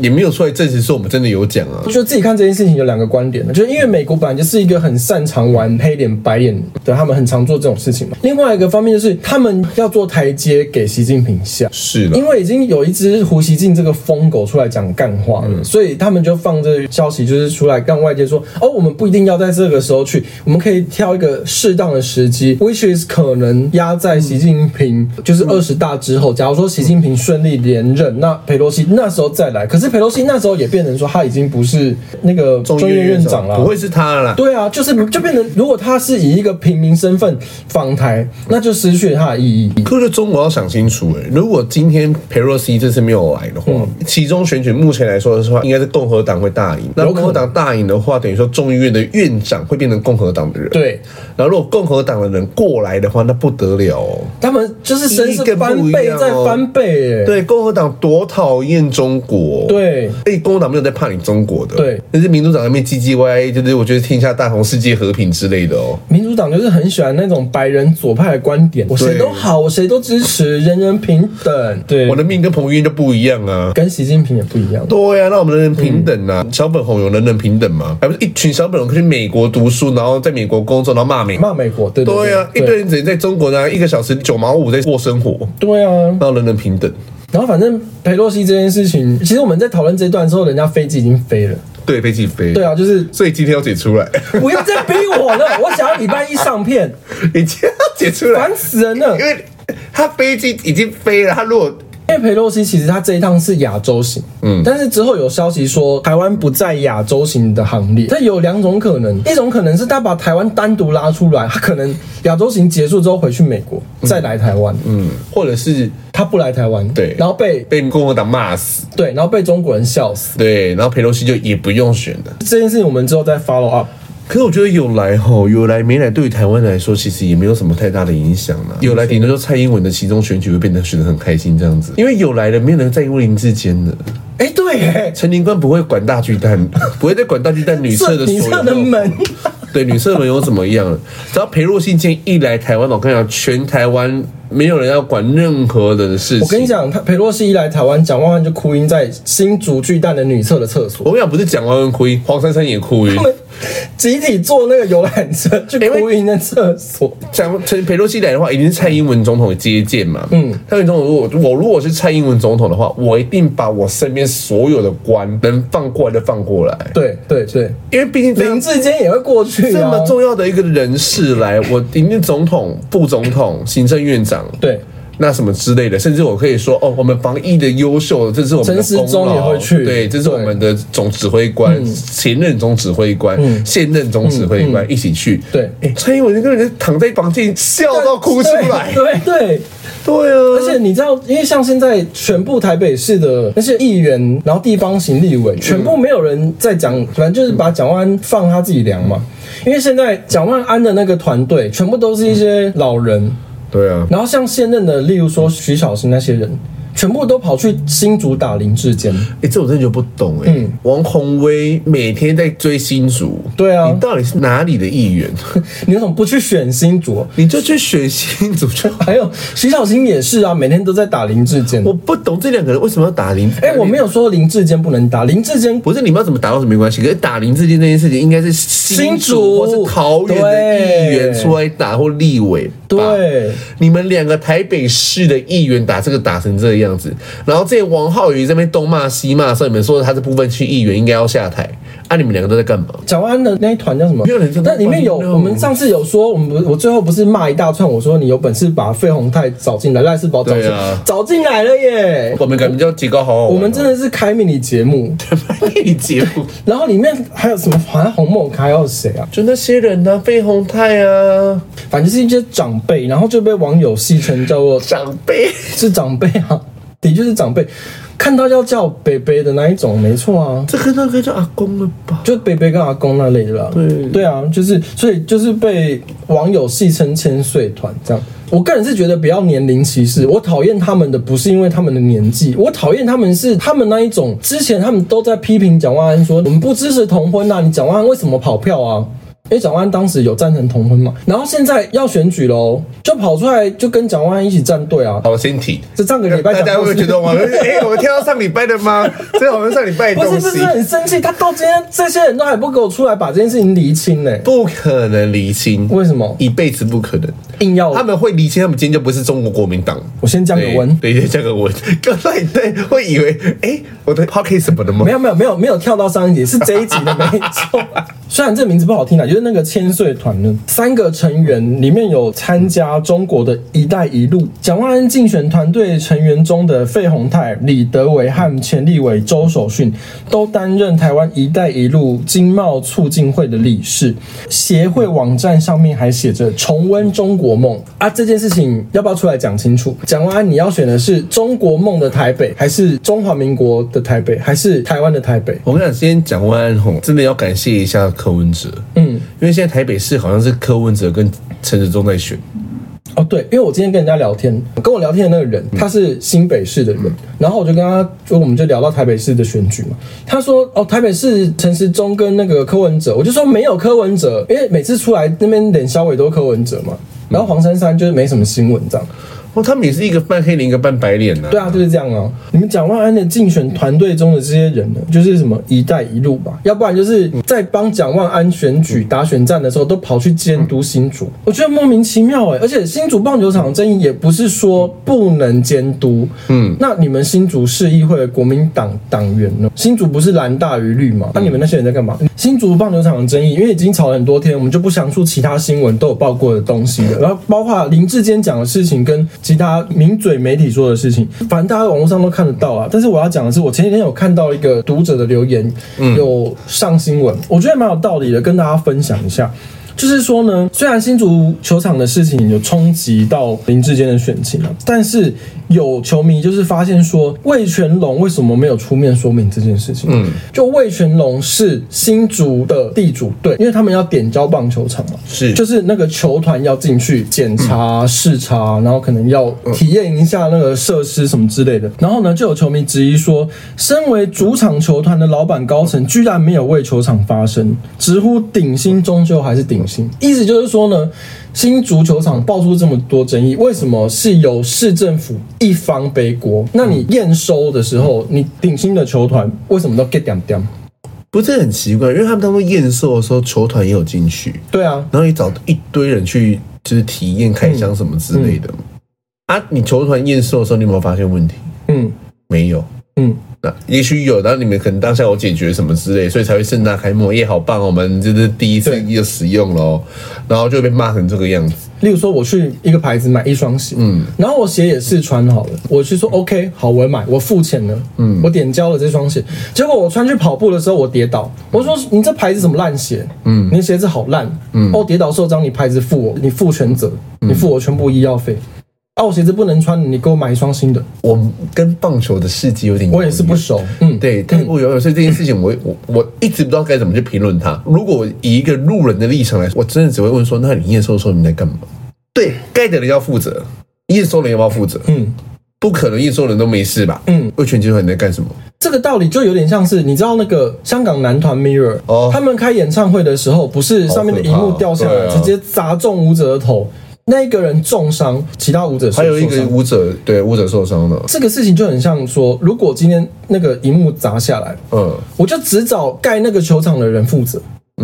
Speaker 1: 也没有出来证实说我们真的有讲啊
Speaker 2: 我。觉得自己看这件事情有两个观点呢，就是因为美国本来就是一个很擅长玩黑脸白脸的，他们很常做这种事情嘛。另外一个方面就是他们要做台阶给习近平下，
Speaker 1: 是了
Speaker 2: 因，为已经有一只胡锡进这个疯狗出来讲干话了，所以他们就放这个消息，就是出来跟外界说，哦，我们不一定要在这个时候去，我们可以挑一个适当的时机，which is 可能压在习近平就是二十大之后，假如说习近平顺利连任，那佩洛西那时候再来，可是佩洛西那时候也变成说他已经不是那个众议院院长了，
Speaker 1: 不会是他啦。
Speaker 2: 对啊，就是就变成，如果他是以一个平民身份访台，那就失去了他的意义。
Speaker 1: 可我觉得中国要想清楚、欸，如果今天佩洛西这次没有来的话，
Speaker 2: 嗯
Speaker 1: 其中选举目前来说的话，应该是共和党会大赢。那
Speaker 2: 有可能
Speaker 1: 共和党大赢的话，等于说众议院的院长会变成共和党的人。，
Speaker 2: 对，
Speaker 1: 然后如果共和党的人过来的话，那不得了哦。
Speaker 2: 他们就是真是翻倍再翻倍、耶。
Speaker 1: 对，共和党多讨厌中国。。
Speaker 2: 对
Speaker 1: 哎，共和党没有在怕你中国的，
Speaker 2: 对，
Speaker 1: 但是民主党那边唧唧歪歪，就是我觉得天下大同，世界和平之类的哦。
Speaker 2: 民主党就是很喜欢那种白人左派的观点，我谁
Speaker 1: 对
Speaker 2: 都好，我谁都支持，人人平等。对
Speaker 1: 我，的命跟彭于晏就不一样啊。
Speaker 2: 跟习近平也不一样。
Speaker 1: 对呀、那我们人人平等啊！小粉红有人人平等吗？还不是一群小粉红去美国读书，然后在美国工作，然后骂美国。
Speaker 2: 骂美国，对
Speaker 1: 对呀、一
Speaker 2: 对
Speaker 1: 堆人只能在中国呢，一个小时九毛五在过生活，
Speaker 2: 对啊。
Speaker 1: 然后人人平等。
Speaker 2: 然后反正裴洛西这件事情，其实我们在讨论这段之后，人家飞机已经飞了。
Speaker 1: 对，飞机飞。
Speaker 2: 对啊，就是
Speaker 1: 所以今天要解出来，
Speaker 2: 不要再逼我了，我想要礼拜一上片，
Speaker 1: 你今天要解出来
Speaker 2: 烦，死人了
Speaker 1: 因。为他飞机已经飞了，他如果
Speaker 2: 因为佩洛西其实他这一趟是亚洲行，嗯，但是之后有消息说台湾不在亚洲行的行列，但有两种可能，一种可能是他把台湾单独拉出来，他可能亚洲行结束之后回去美国，再来台湾，嗯，
Speaker 1: 嗯，或者是
Speaker 2: 他不来台湾，
Speaker 1: 对
Speaker 2: 然后被
Speaker 1: 被共和党骂死，
Speaker 2: 对，然后被中国人笑死，
Speaker 1: 对，然后佩洛西就也不用选了。
Speaker 2: 这件事情我们之后再 follow up。
Speaker 1: 可是我觉得有来吼，有来没来，对于台湾来说其实也没有什么太大的影响啦。
Speaker 2: 嗯
Speaker 1: 有来顶多就蔡英文的其中选举会变得选得很开心这样
Speaker 2: 嗯
Speaker 1: 子，因为有来的没有人在意林志坚的，
Speaker 2: 哎、对耶，
Speaker 1: 陈林官不会管大巨蛋， 不会再管大巨蛋女厕的所
Speaker 2: 你
Speaker 1: 有
Speaker 2: 这的门，
Speaker 1: 对女厕门又怎么样？只要裴若信今天一来台湾，我跟你讲，全台湾没有人要管任何人的事情。
Speaker 2: 我跟你，讲，他裴洛西一来台湾，蒋万安就哭晕在新竹巨蛋的女厕的厕所，
Speaker 1: 我跟你讲，不是蒋万安哭晕，黄珊珊也哭晕
Speaker 2: 他。们集体坐那个游览车去
Speaker 1: 因为
Speaker 2: 哭晕在厕所。
Speaker 1: 讲陈裴洛西来的话，一定是蔡英文总统接见嘛。嗯，蔡英文总统如果我如果是蔡英文总统的话，我一定把我身边所有的官能放过来就放过来，
Speaker 2: 对对对，
Speaker 1: 因为毕竟这样
Speaker 2: 林志啊坚也会过去、啊，
Speaker 1: 这么重要的一个人士来，我一定总统、副总统、行政院长。
Speaker 2: 对。
Speaker 1: 那什么之类的，甚至我可以说哦，我们防疫的优秀，这是我们的
Speaker 2: 陈时
Speaker 1: 功
Speaker 2: 中
Speaker 1: 劳
Speaker 2: 也会去
Speaker 1: 对，嗯这是我们的总指挥官，前任总指挥官，现任总指挥官、一起去。
Speaker 2: 对
Speaker 1: 哎蔡英文那个人躺在房间笑到哭出来，
Speaker 2: 对对对，
Speaker 1: 对啊，
Speaker 2: 而且你知道，因为像现在全部台北市的那些议员，然后地方型立
Speaker 1: 嗯
Speaker 2: 委，全部没有人在讲，反正就是把蒋万安放他自己量嘛。因为现在蒋万安的那个团队，全部都是一些老人，
Speaker 1: 对啊，
Speaker 2: 然后像现任的，例如说徐小新那些人，全部都跑去新竹打林志 坚。
Speaker 1: 哎、这我真的就不懂哎、王宏威每天在追新竹，
Speaker 2: 对啊
Speaker 1: 你到底是哪里的议 员？
Speaker 2: 你为什么不去选新竹？
Speaker 1: 你就去选新竹就好。
Speaker 2: 还有徐小新也是啊，每天都在打林志 坚
Speaker 1: 我。不懂这两个人为什么要打林？
Speaker 2: 哎、我没有说林志坚不能打，林志坚
Speaker 1: 不是你们要怎么打到什么没关系，可是打林志坚这件事情应该是新
Speaker 2: 新竹
Speaker 1: 或是桃园的议员出来打或立委吧。
Speaker 2: 对
Speaker 1: 你们两个台北市的议员打这个打成这个样子，然后这些王浩宇这边东骂西骂，说你们说他这部分区议员应该要下台，啊，你们两个都在干嘛？
Speaker 2: 蒋万安的那一团叫什么？
Speaker 1: 没有人知道
Speaker 2: 但里面有
Speaker 1: I don't know
Speaker 2: 我们上次有说，我们不我最后不是骂一大串，我说你有本事把费鸿泰找进来，赖世宝找进
Speaker 1: 对啊
Speaker 2: 找进来了耶！
Speaker 1: 我们感觉叫提高好好玩哦，
Speaker 2: 我们真的是开迷你 节目，
Speaker 1: 一节 目，
Speaker 2: 然后里面还有什么？好像洪孟开还有谁啊？
Speaker 1: 就那些人呢、啊，费宏泰啊，
Speaker 2: 反正是一些长辈，然后就被网友戏称叫做
Speaker 1: 长辈，
Speaker 2: 是长辈啊，的确是长辈，看到要叫北北的那一种，没错啊。
Speaker 1: 这个那个叫阿公了吧？
Speaker 2: 就北北跟阿公那类的啦。
Speaker 1: 对
Speaker 2: 对啊，就是所以就是被网友戏称千岁团这样。我个人是觉得不要年龄歧视，我讨厌他们的不是因为他们的年纪，我讨厌他们是他们那一种之前他们都在批评蒋万安说我们不支持同婚啊，你蒋万安为什么跑票啊？因为蒋万安当时有赞成同婚嘛，然后现在要选举喽，就跑出来就跟蒋万安一起站队啊。
Speaker 1: 好，先提。
Speaker 2: 这上个礼拜
Speaker 1: 大
Speaker 2: 讲
Speaker 1: 家会不
Speaker 2: 过
Speaker 1: 会觉
Speaker 2: 是
Speaker 1: 得我们哎、我们跳到上礼拜的吗？这好像上礼拜的
Speaker 2: 不
Speaker 1: 哎东
Speaker 2: 是不
Speaker 1: 西
Speaker 2: 是，很生气，他到今天这些人都还不给我出来把这件事情厘清呢、
Speaker 1: 不可能离清，
Speaker 2: 为什么
Speaker 1: 一辈子不可能。
Speaker 2: 硬要
Speaker 1: 他们会离清，他们今天就不是中国国民党。
Speaker 2: 我先降个温？
Speaker 1: 对，对，加个温。刚才对会以为，哎、我的 pocket 什么的吗
Speaker 2: 没？有没有没有没有跳到上一集，是这一集的没 错。虽然这名字不好听啊，就是那个千岁团呢，三个成员里面有参加中国的一带一路。蒋万安竞选团队成员中的费鸿泰、李德维和前立委周守训都担任台湾一带一路经贸促进会的理事。协会网站上面还写着“重温中国梦”啊，这件事情要不要出来讲清楚？蒋万安，你要选的是中国梦的台北，还是中华民国的台北，还是台湾的台北？
Speaker 1: 我跟你讲，今天蒋万安吼，真的要感谢一下柯文哲，
Speaker 2: 嗯，
Speaker 1: 因为现在台北市好像是柯文哲跟陈时中在选，
Speaker 2: 哦，对，因为我今天跟人家聊天，跟我聊天的那个人，他是新北市的人，然后我就跟他，就我们就聊到台北市的选举嘛。他说，哦，台北市陈时中跟那个柯文哲，我就说没有柯文哲，因为每次出来那边脸稍微都是柯文哲嘛。然后黄珊珊就是没什么新闻这样，
Speaker 1: 哦，他们也是一个半黑脸，一个半白脸呐、
Speaker 2: 对啊，就是这样啊。你们蒋万安的竞选团队中的这些人呢，就是什么“一带一路”吧，要不然就是在帮蒋万安选举打选战的时候，都跑去监督新竹，我觉得莫名其妙哎、而且新竹棒球场的争议也不是说不能监督，嗯，那你们新竹市议会的国民党党员呢？新竹不是蓝大于绿嘛？那、你们那些人在干嘛？新竹棒球场的争议，因为已经吵了很多天，我们就不详述其他新闻都有报过的东西了。然后包括林志坚讲的事情，跟其他名嘴媒体说的事情，反正大家网络上都看得到啊。但是我要讲的是，我前几天有看到一个读者的留言，有上新闻，我觉得蛮有道理的，跟大家分享一下。就是说呢，虽然新竹球场的事情有冲击到林志坚的选情啊，但是有球迷就是发现说，魏全龙为什么没有出面说明这件事情？嗯，就魏全龙是新竹的地主队，因为他们要点交棒球场嘛，
Speaker 1: 是
Speaker 2: 就是那个球团要进去检查、视察，然后可能要体验一下那个设施什么之类的。然后呢，就有球迷质疑说，身为主场球团的老板高层，居然没有为球场发声，直呼顶薪终究还是顶薪。意思就是说呢，新足球场爆出这么多争议，为什么是由市政府一方背锅？那你验收的时候，你顶薪的球团为什么都 get 点点？
Speaker 1: 不是很奇怪，因为他们当初验收的时候，球团也有进去，
Speaker 2: 对啊，
Speaker 1: 然后也找一堆人去就是体验开箱什么之类的。啊，你球团验收的时候，你有没有发现问题？
Speaker 2: 嗯
Speaker 1: 没有。
Speaker 2: 嗯。
Speaker 1: 那也许有，然后你们可能当下有解决什么之类，所以才会盛大开幕，耶，好棒！我们这是第一次
Speaker 2: 对
Speaker 1: 就使用喽，然后就被骂成这个样子。
Speaker 2: 例如说，我去一个牌子买一双鞋，嗯，然后我鞋也试穿好了，我去说 OK，好，我买，我付钱了，嗯，我点交了这双鞋，结果我穿去跑步的时候我跌倒，我说你这牌子怎么烂鞋？嗯，你的鞋子好烂，嗯，哦，跌倒受伤你牌子付我，你负全责，你付我全部医药费，啊，我鞋子不能穿，你给我买一双新的，
Speaker 1: 我跟棒球的世纪有点，
Speaker 2: 我也是不。熟，嗯，
Speaker 1: 对，太过游泳，所以这件事情我我我一直不知道该怎么去评论它。如果我以一个路人的立场来说，我真的只会问说：那你验收的时候你在干嘛？对，该的人要负责，验收人要不要负责？
Speaker 2: 嗯。
Speaker 1: 不可能验收人都没事吧？
Speaker 2: 嗯，
Speaker 1: 魏全集团你在干什么？
Speaker 2: 这个道理就有点像是，你知道那个香港男团 Mirror，、
Speaker 1: 哦
Speaker 2: 他们开演唱会的时候，不是上面的荧幕掉下
Speaker 1: 好可
Speaker 2: 来，
Speaker 1: 怕
Speaker 2: 直
Speaker 1: 哦
Speaker 2: 接砸中舞者的头，那一个人重伤，其他舞者
Speaker 1: 还有一
Speaker 2: 受
Speaker 1: 个
Speaker 2: 伤
Speaker 1: 舞者，对舞者受伤了，
Speaker 2: 这个事情就很像说，如果今天那个荧幕砸下来，
Speaker 1: 嗯，
Speaker 2: 我就只找盖那个球场的人负责。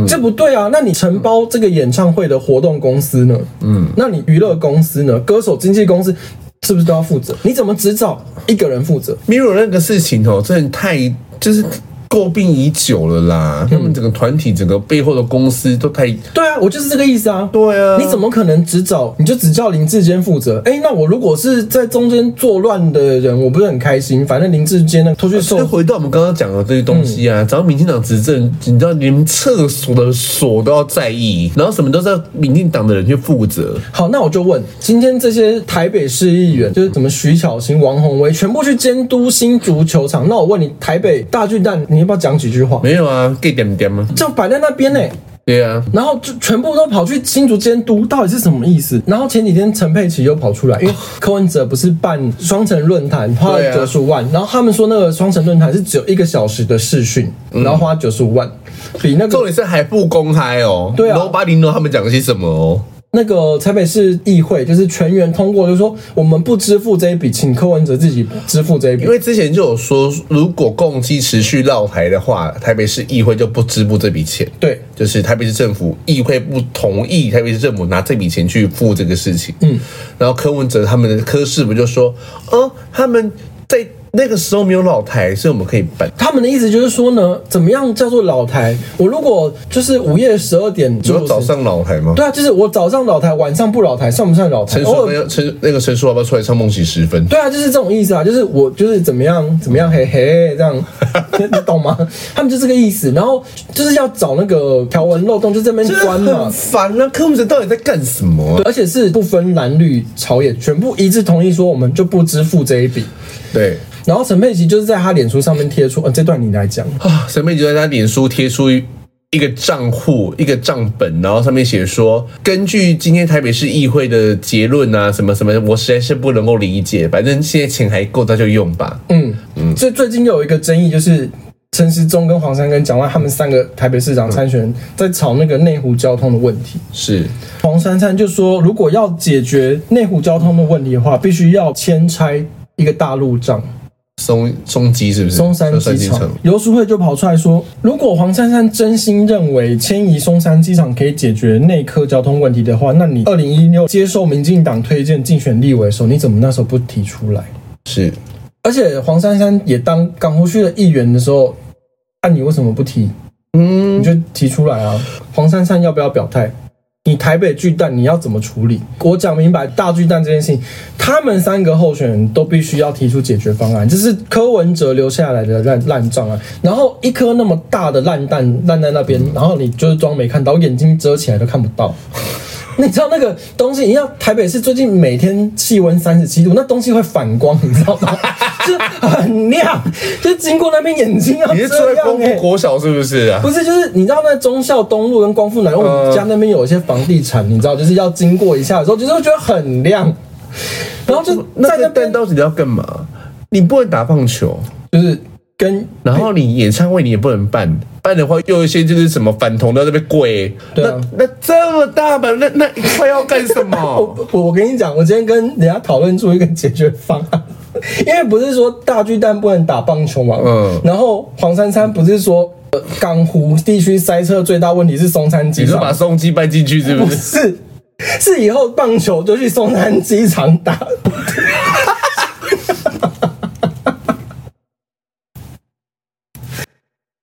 Speaker 2: 这不对啊！那你承包这个演唱会的活动公司呢？嗯，那你娱乐公司呢？歌手经纪公司是不是都要负责？你怎么只找一个人负责？
Speaker 1: Mirror 那个事情哦，真的太就是诟病已久了啦。他们整个团体、整个背后的公司都太
Speaker 2: 对啊，我就是这个意思啊。
Speaker 1: 对啊
Speaker 2: 你怎么可能只找你就只叫林志坚负责？哎、那我如果是在中间作乱的人，我不是很开心？反正林志坚呢，脱去受
Speaker 1: 就回到我们刚刚讲的这些东西
Speaker 2: 嗯
Speaker 1: 啊，只要民进党执政，你知道连厕所的锁都要在意，然后什么都是要民进党的人去负责。
Speaker 2: 好，那我就问，今天这些台北市议员，就是什么徐巧芯、王宏威，全部去监督新足球场。那我问你，台北大巨蛋，你要不要讲几句话？
Speaker 1: 没有啊，gay 点点吗？
Speaker 2: 就摆在那边呢、
Speaker 1: 对啊，
Speaker 2: 然后就全部都跑去新竹监督，到底是什么意思？然后前几天陈佩琪又跑出来，因为哦柯文哲不是办双城论坛，花
Speaker 1: 对
Speaker 2: 了
Speaker 1: 啊
Speaker 2: 九十五万，然后他们说那个双城论坛是只有一个小时的视讯，嗯然后花九十五万，比那
Speaker 1: 重
Speaker 2: 个
Speaker 1: 点是还不公开哦。
Speaker 2: 对啊
Speaker 1: 然后巴林诺他们讲了些什么哦？
Speaker 2: 那个台北市议会就是全员通过，就说我们不支付这一笔，请柯文哲自己支付这一笔
Speaker 1: 因。为之前就有说，如果共机持续绕台的话，台北市议会就不支付这笔钱。
Speaker 2: 对，
Speaker 1: 就是台北市政府议会不同意台北市政府拿这笔钱去付这个事情。嗯，然后柯文哲他们的科室不就说，哦，他们在那个时候没有老台，所以我们可以办。
Speaker 2: 他们的意思就是说呢，怎么样叫做老台？我如果就是午夜十二点，
Speaker 1: 只有早上老台吗？
Speaker 2: 对啊，就是我早上老台，晚上不老台，算不算老台？
Speaker 1: 陈
Speaker 2: 偶
Speaker 1: 述
Speaker 2: 尔
Speaker 1: 没有陈那个陈述要不要出来唱《梦醒时分》？
Speaker 2: 对啊，就是这种意思啊，就是我就是怎么样怎么样，嘿嘿，这样，你你懂吗？他们就这个意思，然后就是要找那个条文漏洞，就这边钻
Speaker 1: 真的很
Speaker 2: 嘛。
Speaker 1: 烦啊！柯文哲到底在干什么啊、
Speaker 2: 而且是不分蓝绿朝野，全部一致同意说我们就不支付这一笔。
Speaker 1: 对
Speaker 2: 然后陈佩琪就是在他脸书上面贴出，呃，这段你来讲，
Speaker 1: 啊，沈美就在他脸书贴出一一个账户、一个账本，然后上面写说，根据今天台北市议会的结论啊，什么什么，我实在是不能够理解。反正现在钱还够，那就用吧。
Speaker 2: 嗯，最最近有一个争议就是。陈时中跟黄珊跟蒋万他们三个台北市长参选人在吵那个内湖交通的问题，
Speaker 1: 是，
Speaker 2: 黄珊珊就说，如果要解决内湖交通的问题的话，必须要迁拆一个大路障，
Speaker 1: 松松基是不是？
Speaker 2: 松山
Speaker 1: 松
Speaker 2: 机
Speaker 1: 机
Speaker 2: 场。游淑慧就跑出来说，如果黄珊珊真心认为迁移松山机场可以解决内科交通问题的话，那你二零一六接受民进党推荐竞选立委的时候，你怎么那时候不提出来？
Speaker 1: 是，
Speaker 2: 而且黄珊珊也当港湖区的议员的时候，那、你为什么不提？
Speaker 1: 嗯，
Speaker 2: 你就提出来啊！黄珊珊要不要表态？你台北巨蛋你要怎么处理？我讲明白大巨蛋这件事情，他们三个候选人都必须要提出解决方案，这是柯文哲留下来的烂烂账啊。然后一颗那么大的烂蛋烂在那边，
Speaker 1: 嗯
Speaker 2: 然后你就是装没看到，我眼睛遮起来都看不到。 你知道那个东西，你要台北市最近每天气温三十七度，那东西会反光，你知道吗？ 就很亮，就经过那边眼睛要
Speaker 1: 你是住
Speaker 2: 遮
Speaker 1: 在
Speaker 2: 样
Speaker 1: 光
Speaker 2: 哎、
Speaker 1: 复国小是不是啊？
Speaker 2: 不是，就是你知道那忠孝东路跟光复南路，我们
Speaker 1: 呃
Speaker 2: 家那边有一些房地产，你知道，就是要经过一下的时候，就是会觉得很亮，然后就
Speaker 1: 那
Speaker 2: 在
Speaker 1: 个
Speaker 2: 那
Speaker 1: 蛋
Speaker 2: 边
Speaker 1: 到底要干嘛？你不能打棒球，
Speaker 2: 就是跟
Speaker 1: 然后你演唱会你也不能办，办的话又有一些就是什么反同的那边跪，
Speaker 2: 对啊
Speaker 1: 那那这么大吧，那那一块要干什么？
Speaker 2: 哦我我跟你讲，我今天跟人家讨论出一个解决方案，因为不是说大巨蛋不能打棒球嘛，
Speaker 1: 嗯
Speaker 2: 嗯，然后黄珊珊不是说呃港湖地区塞车最大问题是松山机
Speaker 1: 你是
Speaker 2: 场，
Speaker 1: 把松鸡搬进去是不
Speaker 2: 不
Speaker 1: 是？
Speaker 2: 是，是以后棒球就去松山机场打，